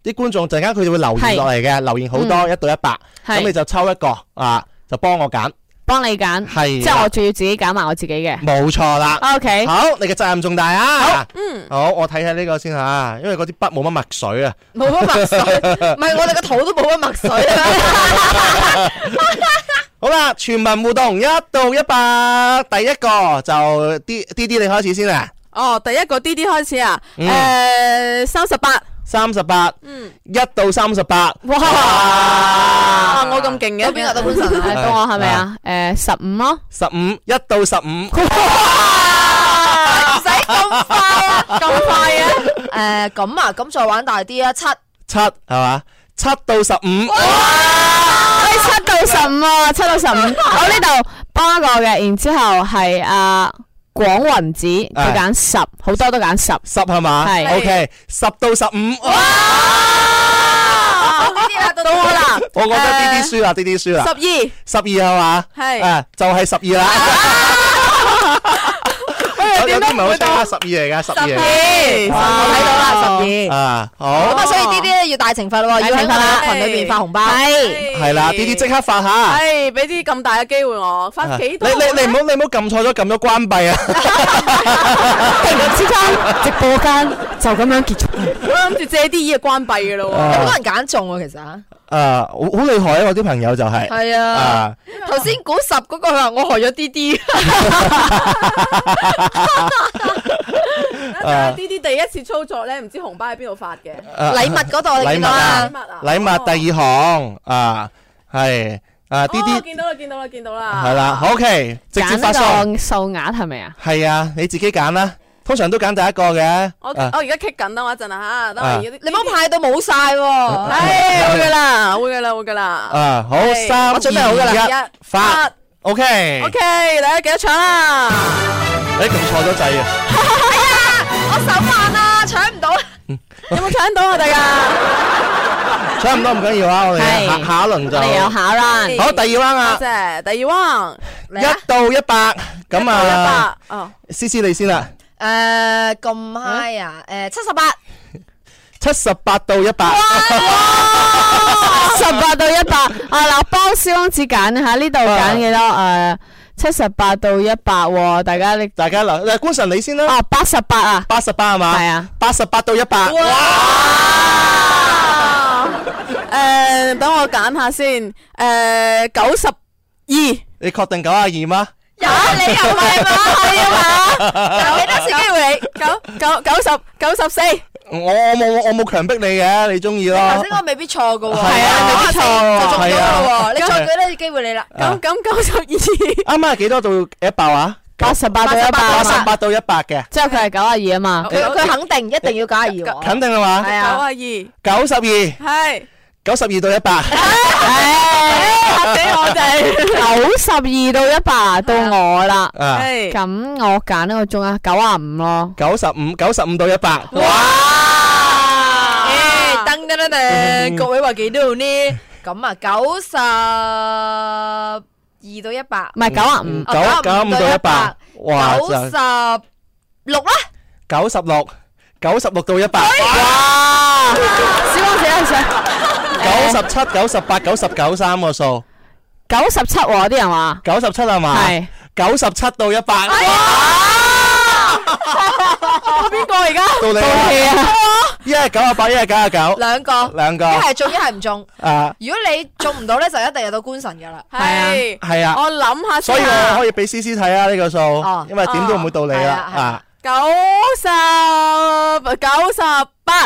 B: 啲觀眾陣間佢哋會留言
D: 係嗯
B: 落嚟嘅，留言好多一到一百，咁你
D: 係
B: 就抽一個啊，就幫我揀。
D: 幫你揀，
B: 係
D: 即係
B: 啦
D: 我仲哦要自己揀埋我自己嘅。
B: 冇錯啦。
D: O K，
B: 好，你嘅責任重大啊！嗯，好，我睇下呢個先吓，因為嗰啲筆冇乜墨水啊。
C: 冇乜墨水，唔係我哋個肚都冇乜墨水啊！
B: 好啦，全民互動一到一百，第一個就啲啲啲，你開始先啊！
E: 哦，第一個 D D 開始啊，
B: 嗯
E: 誒三十八，
B: 三十八，
E: 嗯，
B: 一到三十八，
D: 哇
E: 啊
B: 哇
E: 我咁勁嘅，
C: 有邊個到本 神啊？
D: 誒到我係咪啊？誒十五咯，
B: 十五，一到十五，
C: 唔使咁快啊，咁快啊！誒咁啊，咁再玩大啲啊，七。
B: 七係嘛？七到十五，
D: 誒七到十五啊，七到十五。 我呢度幫一個嘅，然之後係啊廣雲子，佢揀十，好多都揀十。
B: 十係嘛？
D: 係
B: o k 十到十五，
D: 到我啦，
B: 我覺得啲啲輸啦，啲啲輸啦
E: 十，二，
B: 十二係嘛？
E: 係
B: 啊，就係十二啦。有有啲唔係好清啊，十二嚟㗎，十二嚟㗎。
C: 我睇到啦，十二。
B: 啊，
C: 咁
B: 好，
C: 啊，所以呢啲咧要大懲罰咯，要喺我哋個群裏邊發紅包。係
B: 係啦，啲啲即刻發下。
E: 係俾啲咁大嘅機會我，
B: 啊
E: 翻
B: 你
E: 幾
B: 你
E: 多咧？
B: 你唔好你唔好撳錯咗，撳咗關閉啊！
D: 突然之間直播間就咁樣結束。
E: 我諗住借啲嘢關閉嘅咯
C: 好
B: 啊
C: 多人揀中喎，其實啊。
B: 啊，好好厲害啊！我啲朋友就係
C: 係啊，
B: 啊，
C: 頭先估十嗰個佢話我害咗啲 啲，
E: 喎。D D 第一次操作咧，唔知紅包喺邊度發嘅。
B: 啊
C: 禮物嗰度我哋
B: 禮
C: 見
B: 物
C: 到
B: 啊
C: 啦。
E: 啦，
B: 禮物第二行啊，係啊，啲
E: 哦
B: 啲
E: 見到啦，見到啦，見到啦。
B: 係啦好，OK，直接
D: 揀
B: 發送
D: 呢個數額係咪啊？
B: 係啊，你自己揀啦，通常都揀第一個嘅。
E: 我哦
B: 啊
E: 我而家棘緊啦，我一陣啊嚇，等
B: 啊
E: 我而家
C: 你唔好派到冇晒喎。
E: 唉，會噶哎啦，會噶啦，會噶啦。
B: 啊，好，
E: 係
B: 三
E: 我準備好㗎啦
B: 二一
E: 一
B: 發
E: 發
B: ，OK。
E: O K，大家幾多搶啦？
B: 你撳錯咗掣啊！
C: 我手慢啊，搶 唔到。
E: 有冇搶到我啊哋噶？
B: 差唔多唔緊要啊，我哋
D: 係
B: 下下一輪
D: 我哋有
B: 就
D: 考啦。
B: 好第二 round
E: 哎多
B: 啊，
E: 謝第二 round，
B: 一到一百咁啊，
E: 一百哦，
B: 思思你先啦，
C: 誒咁 high 啊！誒七十八。
B: 七十八到一百，
D: 哦十八到一百啊！嗱，幫小公子揀下呢度
B: 哦
D: 揀幾多？誒，七十八到一百喎，大家你
B: 大家留，誒官神你先啦，
D: 啊八十八啊，
B: 八十八係嘛？
D: 係啊，
B: 八十八到一百，
E: 誒，等我揀下先，誒，九十二。
B: 你確定九啊二嗎？
C: 有啊，你又係嘛？係啊嘛？有幾多次機會你？
E: 九九九十九十四，
B: 我我冇我冇強迫你嘅，你中意咯。
C: 頭先我未必錯
E: Ờ,
C: 嘅喎，
B: 係
E: à.
B: 啊未必錯喎
C: 就中咗
B: 係
C: 啦
B: 啊
C: 喎，你再舉多次機會你啦。
E: 咁咁九十二，
B: 啱啱係幾多到一百啊？
D: 八十八到一百
B: 八
D: 啊
B: 十
D: 嘛，
B: 八到一百嘅，
D: 即係佢係九啊二 啊嘛。
C: 佢佢肯定一定要加二我。
B: 肯定啦嘛。
C: 係啊，
E: 九啊二，系
B: 九十二，九十二到一百，
E: 嚇死我哋，
D: 九十二到一百到我啦，
B: 啊，
E: 係
D: 咁我揀呢個中啊九啊五咯。
B: 九十五，九十五到一百，
C: 誒噔噔噔噔，各位話幾多呢？咁啊，九十二到一百，
D: 唔係九啊
B: 嗯
D: 五，
B: 九九五到一百，哇，
C: 九十六啦，
B: 九十六，九十六到一百，哇！
D: 小王子啊，想
B: 九十七、九十八、九十九三個數，
D: 九十七喎，啲人話
B: 九十七係嘛？
D: 係
B: 九十七到一百，
C: 哎
D: 邊個而家？
B: 到你
D: 道
B: 啦
D: 氣啊！
B: 一係九十八，一係九十九，
E: Ờ,
C: 兩個，
B: 兩個
C: 一係中一係唔中。
B: 啊，
C: 如果你中唔到咧，就一定入到官神噶啦。
E: 係
B: 係啊
E: 我諗下
B: 所以
E: 先啊
B: 我可以俾 C C 睇啊呢個數，因為點都唔會到你啦
C: 哦哦係啊
B: 啊！
E: 九十九十八，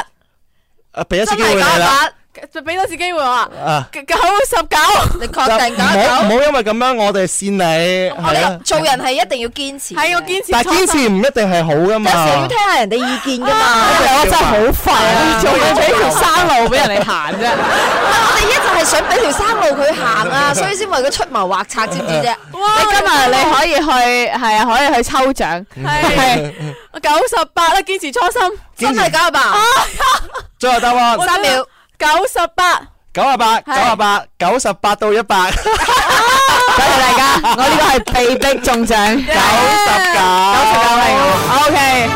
B: 啊，俾一次
C: 真
B: 機會
C: 係
B: 你
C: 九
B: 啦
C: 八，
E: 就俾多次機會我啊！
B: 啊！
E: 九十九
C: 你
B: 就
C: 確
B: 唔
C: 定九
B: 好唔好
C: 九？
B: 因為咁樣我哋扇你
C: 我
B: 係
C: 哋
B: 啊，
C: 做人係一定要堅持嘅，
E: 係我堅持，
B: 但係堅持唔一定係好噶
C: 啊有時要
B: 嘛
C: 聽。下人哋意見噶嘛。
D: 我真係好煩啊！做嘢俾條山路俾人哋行啫，
C: 我哋一就係想俾條生路佢行啊，所以先為佢出謀劃策，知唔知啫？
E: 哇！
D: 你今日你可以去係啊，可以去抽獎，係
E: 你九十八啦，堅持初心，
C: 真係九啊八，
B: 最後答案
C: 三秒。
E: 九十八，
B: 九啊八、九啊八、九十八到一百，九
D: 多謝大家，我呢個係被逼中 獎，九十九
C: 哎
B: 十九。
D: 嚟我，OK。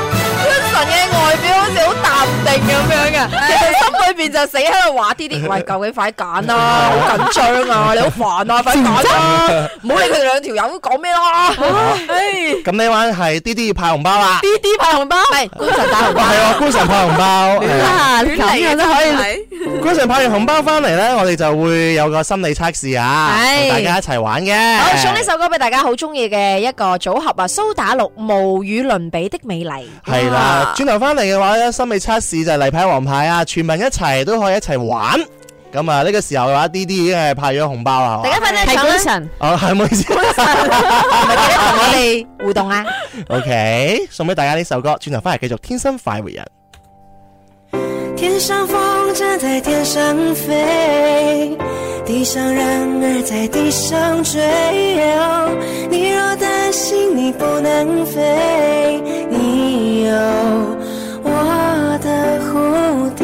C: Wilson 嘅外表好似好淡定咁樣嘅，其實心裏邊就死喺度話啲啲，喂，究竟快揀啦，好緊張啊，你好煩啊，快揀啦，唔好理佢哋兩條友講咩啦。
E: 唉，
B: 咁呢玩係 D D 派紅包啦，
E: D D 派紅包，
C: 係官神打
B: 哇係喎，官神派紅包。係啊
D: 啊，咁樣都可以。
E: 以，
B: 官神派完紅包翻嚟咧，我哋就會有個心理測試啊，同
C: 係
B: 大家一齊玩嘅。
C: 好，送呢首歌俾大家好中意嘅一個組合啊，蘇打綠《無與倫比的美麗》。
B: 係啦，轉頭翻嚟嘅話咧，心理測試就係例牌王牌啊，全民一齊都可以一齊玩。咁啊，呢個時候嘅話，D D 已經係派咗紅包啦。係
C: 大
B: 嘛
C: 家快啲
D: 係
C: 搶啦
D: 官，神，
B: 哦，係唔好意 思。
C: 唔係記得同我哋互動啊！
B: OK，送俾大家呢首歌，轉頭翻嚟繼續《天生快活人》。
I: 天上风筝在天上飞，地上人儿在地上追。哦你若担心你不能飞，你有我的蝴蝶。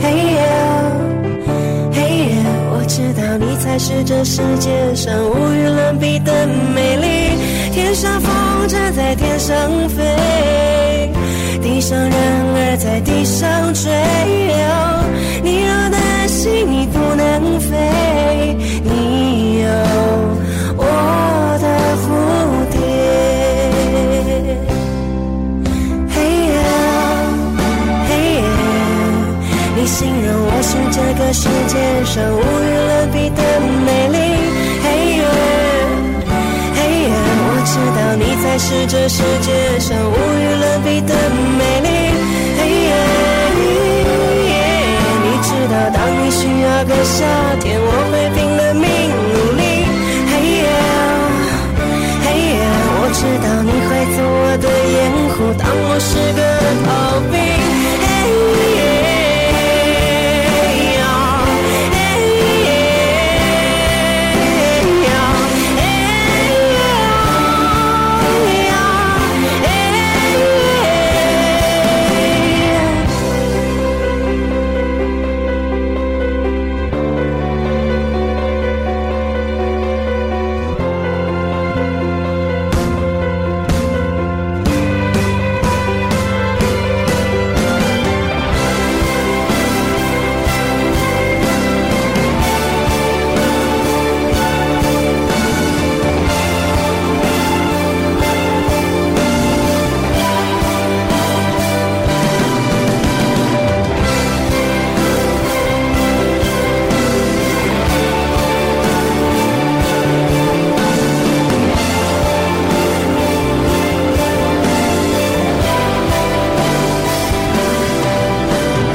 I: 嘿呀，嘿呀，我知道你才是这世界上无与伦比的美丽。天上风筝在天上飞，地上人儿在地上追。哦你若担心你不能飞，你有我的蝴蝶。嘿呀，嘿呀，你形容我是这个世界上无与伦比的美丽。嘿呀，嘿呀，我知道你才是这世界上无与伦比的美丽。嘿呀。你知道，当你需要个夏天，我会拼了命努力。嘿呀，嘿呀，我知道你会做我的掩护，当我是个逃兵。嘿呀，嘿呀，嘿呀，嘿呀。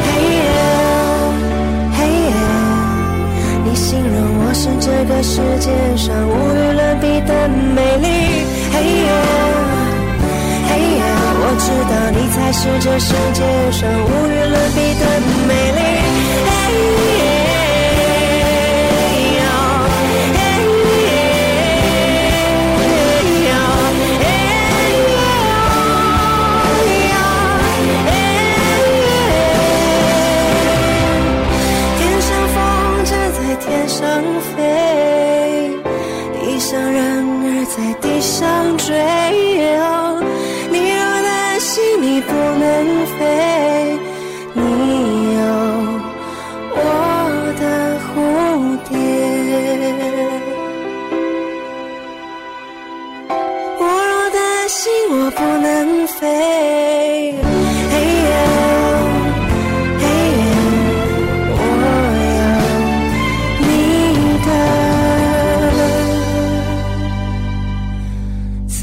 I: 嘿呀，嘿呀，你形容我是这个世界上无与伦比的美丽。嘿呀，嘿呀，我知道你才还是这世界上无与伦比的美丽。哎呀哎呀哎呀哎呀天上风筝在天上飞，地上人儿在地上追。你若担心你不能飞，你有我的蝴蝶。我若担心我不能飞，嘿呀嘿呀我有你的草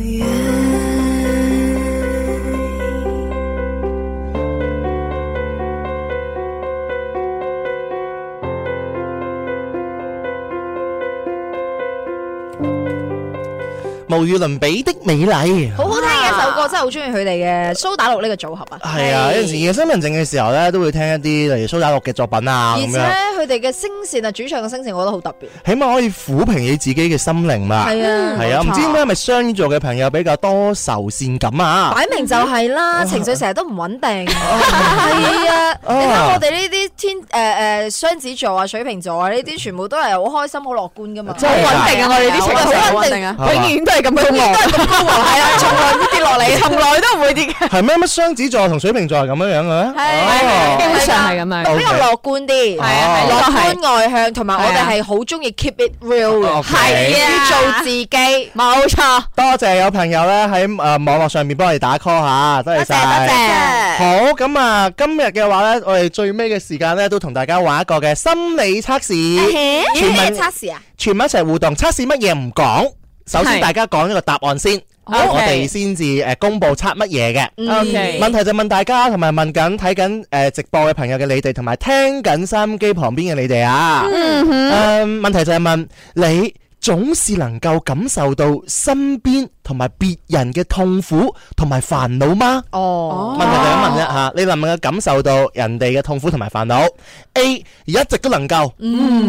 I: 原。
B: 無與倫比的美麗。
C: 好好聽嘅一首歌，真係好中意佢哋嘅蘇打綠呢個組合啊！
B: 係啊，有陣時夜深人靜嘅時候咧，都會聽一啲例如蘇打綠嘅作品啊
C: 而
B: 咁
C: 且
B: 樣，
C: 咧，佢哋嘅聲線啊，主唱嘅聲線，我覺得好特別。
B: 起碼可以撫平你自己嘅心靈嘛。
C: 係啊
B: 係啊，唔知點解係咪雙魚座嘅朋友比較多愁善感啊？
C: 擺明就 係啦，情緒成日都唔穩定。係啊，你睇我哋呢啲天誒誒雙子座啊、水瓶座啊呢啲，全部都係好開心、好樂觀噶嘛。
B: 真係㗎
D: 穩定啊！我哋啲情緒好
C: 好
D: 穩
C: 穩
D: 定
C: 定
D: 啊，
B: 係嘛
D: 永遠都係咁高昂，咁高昂， 係啊，從來唔會跌落嚟， 從來都唔會跌嘅，
B: 係咩？乜雙子座同水瓶座係咁樣樣嘅咩？哦
D: 基本上係咁樣。
C: 比較樂觀啲，
B: 係啊係
C: 樂
D: 啊
C: 觀外向，同埋我哋係好中意 keep it real 嘅，
B: OK 係
D: 啊
C: 要做自己。
D: 冇錯，
B: 多謝有朋友咧喺誒呃網絡上面幫我哋打 call 嚇，多謝晒。好咁啊，今日嘅話咧，我哋最尾嘅時間咧，都同大家玩一個嘅心理測試，全
C: 咩
B: 民
C: 測試啊？
B: 全民一齊互動，測試乜嘢唔講。首先
D: 係
B: 大家講一個答案先，
D: 好嗯
B: 我哋先至誒公佈測乜嘢嘅。
D: OK
B: 問題就問大家，同埋問緊睇緊誒直播嘅朋友嘅你哋，同埋聽緊收音機旁邊嘅你哋啊。嗯哼。誒問題就係問你總是能夠感受到身邊同埋別人嘅痛苦同埋煩惱嗎？
C: 哦，
B: 問題就咁問啫嚇，你能唔能夠感受到人哋嘅痛苦同埋煩惱？A 一直都能夠，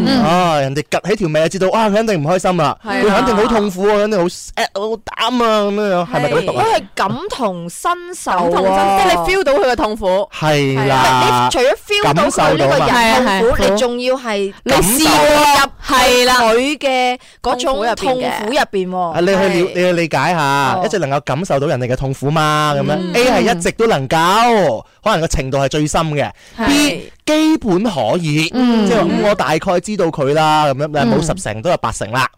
B: 啊人哋趌起條尾就知道，哇佢肯定唔開心啦，
D: 嗯係啊
B: 佢肯定好痛苦啊，肯定好 sad 好膽啊咁樣樣，係咪咁讀
C: 都
B: 啊？
C: 係感同身受
D: 感同身，哦即係你
C: 喎。
D: feel 到佢嘅痛苦，
B: 係
C: 你
B: 啦，
C: 除咗 feel 到
B: 感受
C: 佢呢
B: 到
C: 個
B: 嘛
C: 人痛
D: 係啊係
C: 苦，你仲要係
D: 你試
B: 感
D: 過入係啦，
C: 佢嘅嗰種
D: 痛苦入邊嘅
C: 痛苦入邊
B: 啊
C: 喎。
B: 你去了
D: 係
B: 你去理解下，
C: 哦
B: 一直能夠感受到人哋嘅痛苦嘛咁樣。A 係一直都能夠，可能個程度係最深嘅。B 基本可以，即係話嗯我大概知道佢啦，咁樣但係冇十成都有八成啦。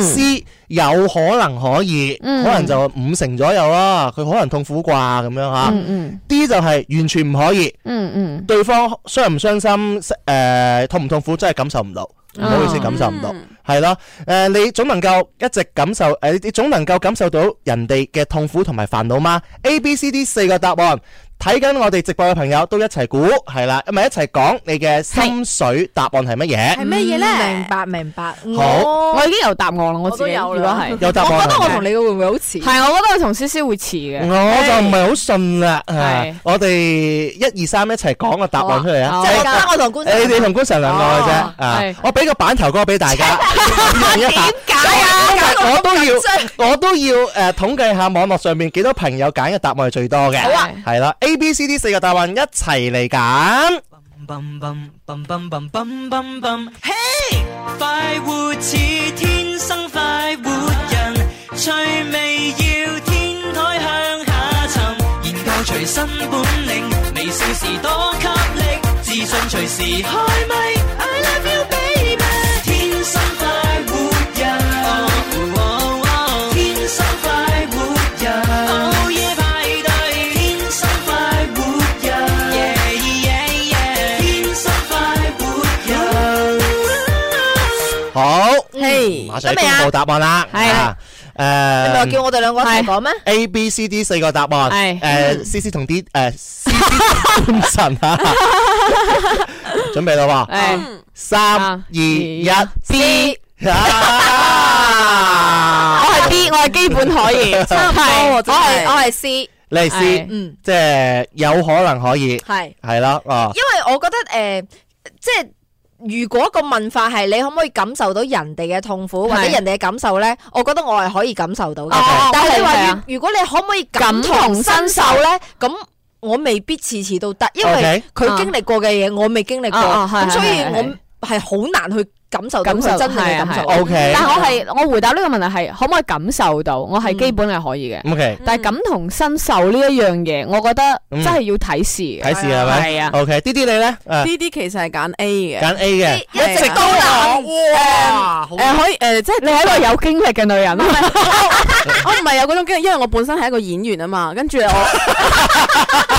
B: C 有可能可以，可能就五成左右啦，佢可能痛苦啩咁樣吓。D 就係完全唔可以，對方傷唔傷心，誒、痛唔痛苦真係感受唔到，唔好意思感受唔到，係咯、誒你總能夠一直感受，誒、你總能夠感受到人哋嘅痛苦同埋煩惱嗎？A、B、C、D 四個答案。睇緊我哋直播嘅朋友都一齊估，係啦，咁咪一齊講你嘅心水答案係乜嘢？
D: 咩嘢
C: 明？白明白。
B: 好，
D: 我已經有答案啦，我自己
C: 我都有
D: 如
C: 啦
D: 果係。
B: 有答
C: 我
B: 案
C: 覺得我
B: 啦。
C: 同你嘅會唔會好似？
D: 係，我覺得佢同思思會似嘅。
B: 我就唔係好信啦，
D: 係
B: 啊我哋一二三一齊講個答案出嚟啊！
D: 好啊
B: 即係
C: 我覺得我同觀
B: 你哋同官神兩個嘅啫，
D: 哦
B: 啊
D: 係！
B: 我俾個板頭歌俾大 家用一下，
C: 解啊
B: 因為
C: 搞到
B: 我都
C: 咁緊
B: 要我都要誒統計下網絡上面幾多朋友揀嘅答案係最多嘅，
D: 好啊
B: 係啦，A、B、C、D 四個答案一齊嚟揀，
H: bum bum bum bum bum bum bum bum hey 快活似天生快活人，趣味要天台向下沉，研究隨身本領，微笑時多給力，自信隨時開咪，I love you baby，天生快活人哦哦哦天生快活人，午夜派對，天生快活人，yeah yeah yeah，天生快活人。
B: 好，
D: 嘿
B: 馬上
C: 得未啊
B: 公布答案啦，
D: 係
B: 啊
C: 你咪話
B: 誒
C: 叫我哋兩個一齊講咩？
B: A、B、C、D 四個答案
D: 係，
B: 誒，C、C 同 D 誒，C、C 同神啊， 準備啦喎。
D: 誒，
B: 三
D: 三
B: 二一
D: 二
B: ，B。啊
D: 我係 B，我係基本可以，差唔
C: 多
D: 我
C: 我係
D: 係
C: 我係 C，
B: 你係
D: 係
B: C，
E: 嗯，
B: 即係有可能可以
C: 係。
B: 係咯，哦，
C: 因為我覺得诶、呃即係如果個問法係你可唔可以感受到人哋嘅痛苦或者
D: 係
C: 人哋嘅感受咧，我覺得我係可以感受到嘅。
D: 哦
C: 但係你
D: 係
C: 話
D: 啊
C: 如如果你可唔可以
D: 感
C: 感
D: 同
C: 同
D: 身
C: 身
D: 受
C: 受咧，咁我未必次次都得，因為
B: OK
C: 佢經歷過嘅嘢我未經歷過，
D: 啊啊係
C: 咁所以
D: 係係係
C: 我係好難去感受到
D: 感受
C: 佢真正嘅感
D: 係啊
C: 受。
D: 係
B: O K，
D: 但我係我回答呢個問題係可唔可以感受到？我係基本係可以嘅，
B: O K，
D: 但係感同身受呢一樣嘢，我覺得
B: 嗯
D: 真係要睇事嘅。
B: 睇視係咪？
D: 係啊
B: ，O K，啲啲你咧，誒
E: 呢啲其實係揀 A 嘅。
B: 揀 A 嘅，
E: 一直都
B: 哇，好
E: 誒、可以誒、即係
D: 你係一個有經歷嘅女人，
E: 我唔係有嗰種經歷，因為我本身係一個演員啊嘛，跟住我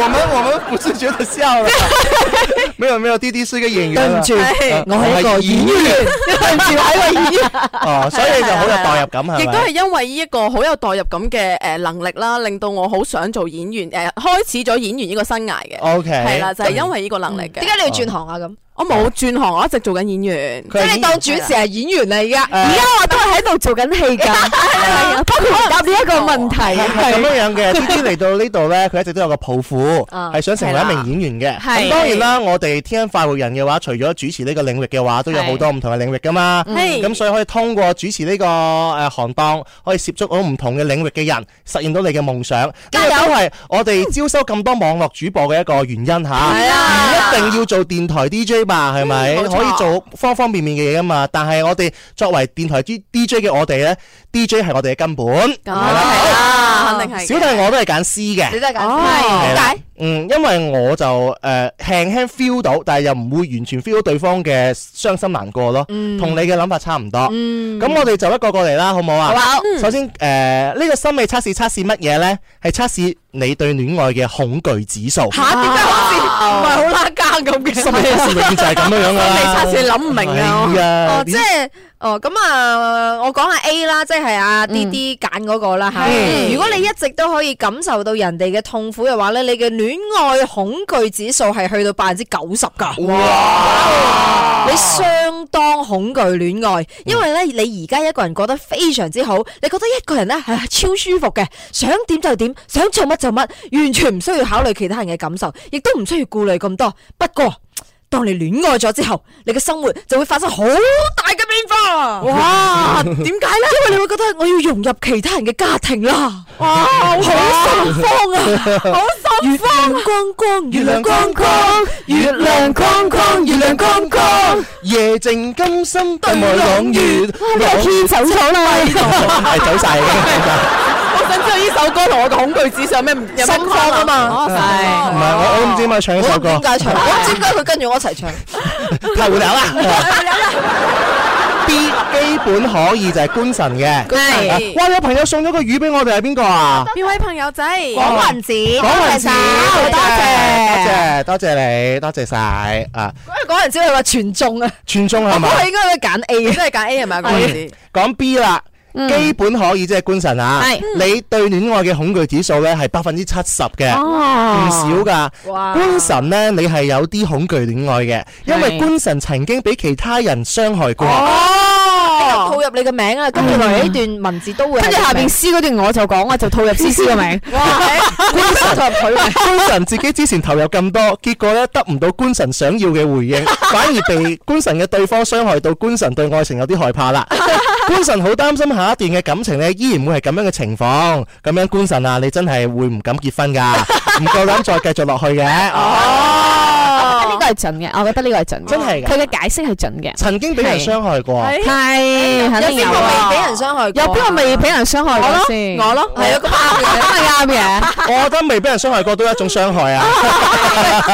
B: 我们我们不是觉得笑了，没有没有，弟弟是一个演员啊，
E: 係
B: 我係一個演員，
D: 對唔住喺個演員。
B: 哦，所以就好有代入感係咪？
E: 亦都係因為呢一個好有代入感嘅誒能力啦，令到我好想做演員誒、開始咗演員呢個生涯嘅。
B: O K，
E: 係啦，就係因為呢個能力嘅
C: 點。解你要轉行啊？咁
E: 我冇轉行，我一直做緊演員。啊
B: 佢係
C: 即係你當主持係演員啦，而家。
B: À,
D: 而家我都係喺度做緊戲 㗎， 不過回答呢一個問題
B: 係 係咁樣樣嘅，啲啲嚟到呢度咧，佢一直都有個抱負，係想成為一名演員嘅。
D: 係
B: 咁當然啦，我哋天生快活人嘅話，除咗主持呢個領域嘅話，都有好多唔同嘅領域噶嘛。
E: 係
B: 咁所以可以通過主持呢個誒行當，可以涉足到唔同嘅領域嘅人，實現到你嘅夢想。呢個都係我哋招收咁多網絡主播嘅一個原因嚇。唔一定要做電台 DJ 吧，係咪？
E: 啊嗯冇錯
B: 可以做方方面面嘅嘢噶嘛。但係我哋作為電台 G DJ 嘅我哋咧，DJ 係我哋嘅根本。
E: 咁係啦，啊肯定係嘅。
B: 小弟我都係揀 C
C: 你
B: 嘅，
C: 都係揀
E: 哦
B: 係
C: 點
B: 啦
C: 解？
B: 嗯，因為我就誒輕輕 feel 到，但係又唔會完全 feel 到對方嘅傷心難過咯，
C: 嗯
B: 同你嘅諗法差唔多。咁我哋就一個個嚟啦，好唔好啊？首先誒，呢個心理測試測試乜嘢呢？係測試你對戀愛嘅恐懼指 數。
C: 嚇？點解好似唔
E: 哦
C: 係好拉更咁嘅？
B: 心理測試永遠就係咁樣樣㗎啦。
E: 心理測試諗唔明啊
B: 係啊
C: 哦，即係哦，咁啊，我講下 A 啦，即係阿 D D 揀嗰個啦吓。
B: 嗯
C: 如果你一直都可以感受到人哋嘅痛苦嘅話咧，你嘅戀愛恐懼指數係去到百分之九十噶。哇！你相當恐懼戀愛，因為咧你而家一個人覺得非常之好，你覺得一個人咧係超舒服嘅，想點就點，想做乜就乜，完全唔需要考慮其他人嘅感受，亦都唔需要顧慮咁多。不過，當你戀愛咗之後，你嘅生活就會發生好大嘅變化。 哇！點解咧？因為你會覺得哎我要融入其他人嘅家庭啦。哇！好心慌啊！好心慌。月亮光光，月亮光光，月亮光光，月亮光光。
B: 夜靜更深對望朗月，朗
D: 牽走咗 啦，
B: 係走晒嘅。
E: 我想知道呢首歌同我嘅恐懼指數有咩唔有咩
C: 心慌啊嘛
E: 關係
B: 唔係我我唔知點解唱呢
C: 我
B: 首
C: 唔知
B: 歌
C: 點，解唱，我唔知點解佢跟住我一齊唱。
B: 太無聊啦。B 啊
C: 啊
B: 基本可以就係官神嘅。
E: 係
B: 啊哇！有朋友送咗個魚俾我哋，係邊個啊？
E: 邊位朋友仔？
B: 廣
C: 雲子，
B: 港雲子，
C: 多謝。
B: 謝多謝多謝你，多謝晒啊！
C: 嗰個人只係話全中啊，
B: 串中
C: 我
B: 係咪？嗯
C: 應該揀 A
E: 你
C: 嘅。
E: 都係揀 A 係咪？嗰陣時
B: 講 B 啦。
C: 嗯
B: 基本可以即係官神啊！
D: 係
B: 你對戀愛嘅恐懼指數咧係百分之七十嘅，唔
D: 哦，
B: 少噶。
C: 哇
B: 官神呢，你係有啲恐懼戀愛嘅，因為
D: 係
B: 官神曾經俾其他人傷害過。
C: 哦套入你嘅名啊，跟住落嚟呢段文字都會係
D: 跟住下邊 C 嗰段我就講，我就套入 C C 個 名，
B: 官神官神自己之前投入咁多，結果咧得唔到官神想要嘅回應，反而被官神嘅對方傷害到，官神對愛情有啲害怕啦。官神好擔心下一段嘅感情咧，依然會係咁樣嘅情況。咁樣官神啊，你真係會唔敢結婚㗎，唔夠膽再繼續落去嘅。啊
D: 呢個係準嘅，我覺得呢個係準嘅，
B: 真係㗎
D: 佢嘅解釋係準嘅，
B: 曾經俾人傷害過，
D: 係肯定
C: 有邊
D: 有
C: 個
D: 啊
C: 未俾人傷害過
D: 有
C: 啊？
D: 邊個未俾人傷害過先？
E: 我咯，
C: 係啊，咁啱嘅。
D: 係啱嘅，
B: 哦我覺得未俾人傷害過都係一種傷害啊。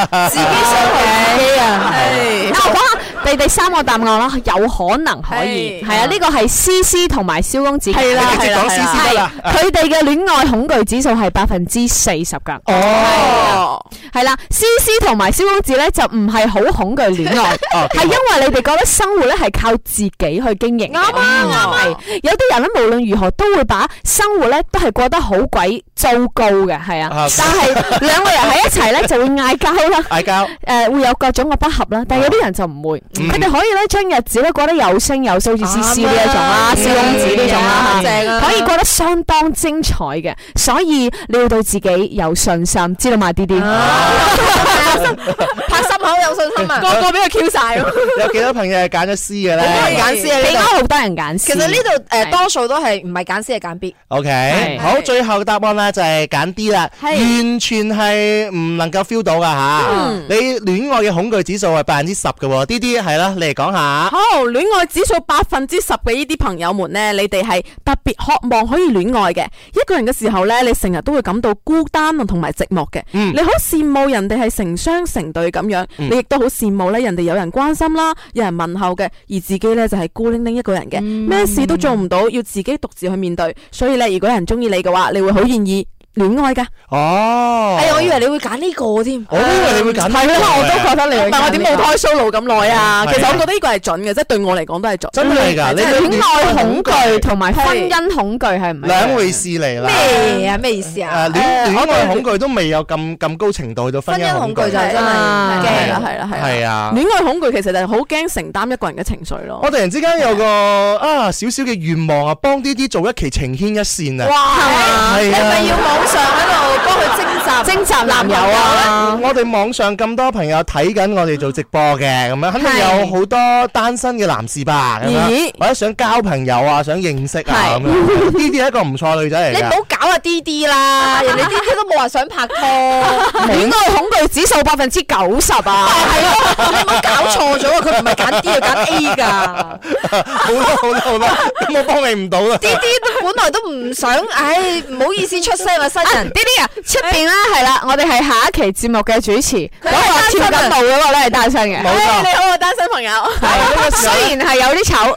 D: 自己傷害自己啊！
E: 係
D: 嗱，我講下你哋三個答案啦，有可能可以，
E: 係
D: 係啊，呢個係 C C 同埋蕭公子，係
B: 你直接講 C C 得啦。
D: 佢哋嘅戀愛恐懼指數係百分之四十㗎，
E: 哦，
D: 係啦，C C 同埋蕭公子咧就唔係好恐懼戀愛，係因為你哋覺得生活咧係靠自己去經營嘅，啱
E: 啱啊
D: 有啲人咧無論如何都會把生活咧都係過得好鬼糟糕嘅，係啊
B: 啊，
D: 但係兩個人喺一齊咧就會嗌交啦。
B: 嗌交，
D: 誒會有各種嘅不合啦，但係有啲人就唔會，佢哋可以咧將日子咧過得有聲有色，好似詩詩呢一種
C: 啱
D: 啦，
C: 啊
D: 蕭公子呢種啦，
C: 正啊
D: 可以過得相當精彩嘅，所以你要對自己有信心，知道嘛？啲啲
C: 拍心口有信 心啊！
E: 個個俾佢 Q 晒喎。
B: 有幾多朋友係揀咗 C 嘅
C: 多人
B: 咧
C: 揀 C 啊呢
D: 你
C: 度
D: 啱好多人揀，
C: 其實呢度诶多數都係唔係揀 C 係揀 B，
B: ？OK，
D: 係
B: 好，最後答案咧就係揀 D 啦，
D: 係
B: 完全係唔能夠 feel 到噶吓。你戀愛嘅恐懼指數係百分之十嘅喎，D D 係啦，你嚟講下。
E: 好，戀愛指數百分之十嘅呢啲朋友們呢，你哋係特別渴望可以戀愛嘅。一個人嘅時候呢，你成日都會感到孤單同埋寂寞嘅。你好羨慕人哋係成雙成對咁樣，你亦都好羨慕咧人哋有人關心啦，有人問候嘅，而自己呢就係孤零零一個人嘅，咩、事都做唔到，要自己獨自去面對。所以呢，如果有人中意你嘅話，你會好願意戀愛㗎。
B: 哦，
C: 哎呀，我以為你會揀呢個添。
B: 我都以為你會揀
E: 係
B: 呢個
E: 我
B: 嘅
E: 都覺得你。唔係我點冇開 solo 咁耐啊？
B: 係啊
E: 其實我覺得呢個係準嘅，即係對我嚟講都係準。
B: 真係㗎，你
D: 係啊戀愛恐懼同埋
E: 係
D: 婚姻恐懼係唔係
B: 兩回事嚟啦。
C: 咩啊？咩意思啊
B: 誒？戀戀愛恐懼都未有咁咁高程度去到婚
C: 婚姻恐懼就
B: 係
C: 真係
D: 啊
C: 驚啊！
E: 係啦係啦係啦。
B: 係啊。
E: 戀愛恐懼其實就係好驚承擔一個人嘅情緒咯
B: 我。突然之間有個啊少少嘅願望啊，幫 D D 做一期情牽一線啊！
D: 哇，
C: 你
B: 係
C: 咪
B: 啊！
C: 要網上喺度幫佢徵集
D: 徵集男友啊！
B: 我哋網上咁多朋友睇緊我哋做直播嘅，咁樣肯定有好多單身嘅男士吧，咁樣
E: 咦
B: 或者想交朋友啊，想認識啊咁樣。D D 係一個唔錯女仔嚟
C: 你唔
B: 㗎，
C: 好搞啊 D D 啦，人哋 D D 都冇話想拍拖，你
D: 戀愛恐懼指數百分之九十啊！
C: 唔好搞錯咗啊！佢唔係揀 D，佢揀 A 噶。
B: 好啦好啦好啦，咁我幫你唔到啦。
C: D D 本來都唔想，唉，唔好意思出聲啊，新人
D: 呢。啲啊，出邊咧係啦，我哋係下一期節目嘅主持，嗰個跳緊舞嗰個咧係啊單身嘅，
B: 冇錯
E: 你好啊，單身朋友。
D: 雖然係有啲醜，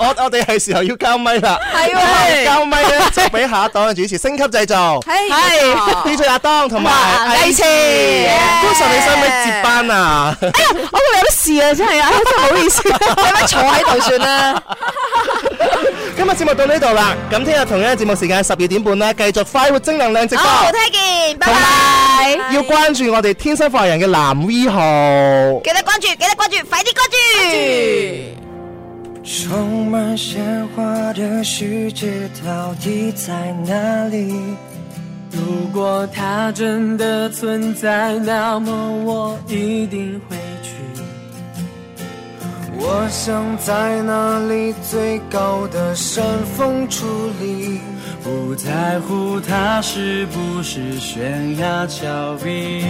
B: 我我哋係時候要交咪啦，
C: 係喎
B: 交咪咧就俾下一檔嘅主持星級製造。
D: 哎係
B: 呢出阿當同埋
D: 哇
B: 艾
D: 雞翅
B: 高 Sir，你使唔使接班 啊？
D: 我會有啲事啊，真係啊，真係唔好意思， 你咪坐喺度算啦。
B: 今日節目到呢度啦，咁聽日同樣嘅節目時間十二點半啦，繼續快活正能量直播，
C: 好，聽見，拜
B: 同
C: 拜。
B: 埋要關注我哋天生快人嘅藍 V 號。
C: 記得關注，記得關注，快啲關注。
J: 充满鲜花的世界到底在哪里？
H: 如果它真的存在，那么我一定会去。
J: 我想在那里最高的山峰矗立，
H: 不在乎它是不是悬崖峭壁，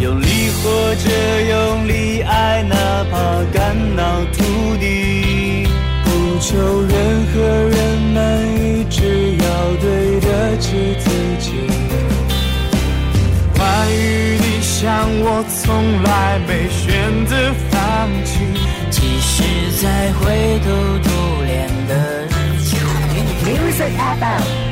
H: 用力活着，用力爱，哪怕肝脑涂地，不求任何人满意，只要对得起自己。话语里想我从来没选择放弃，即使在灰头土脸的日子。
K: Music FM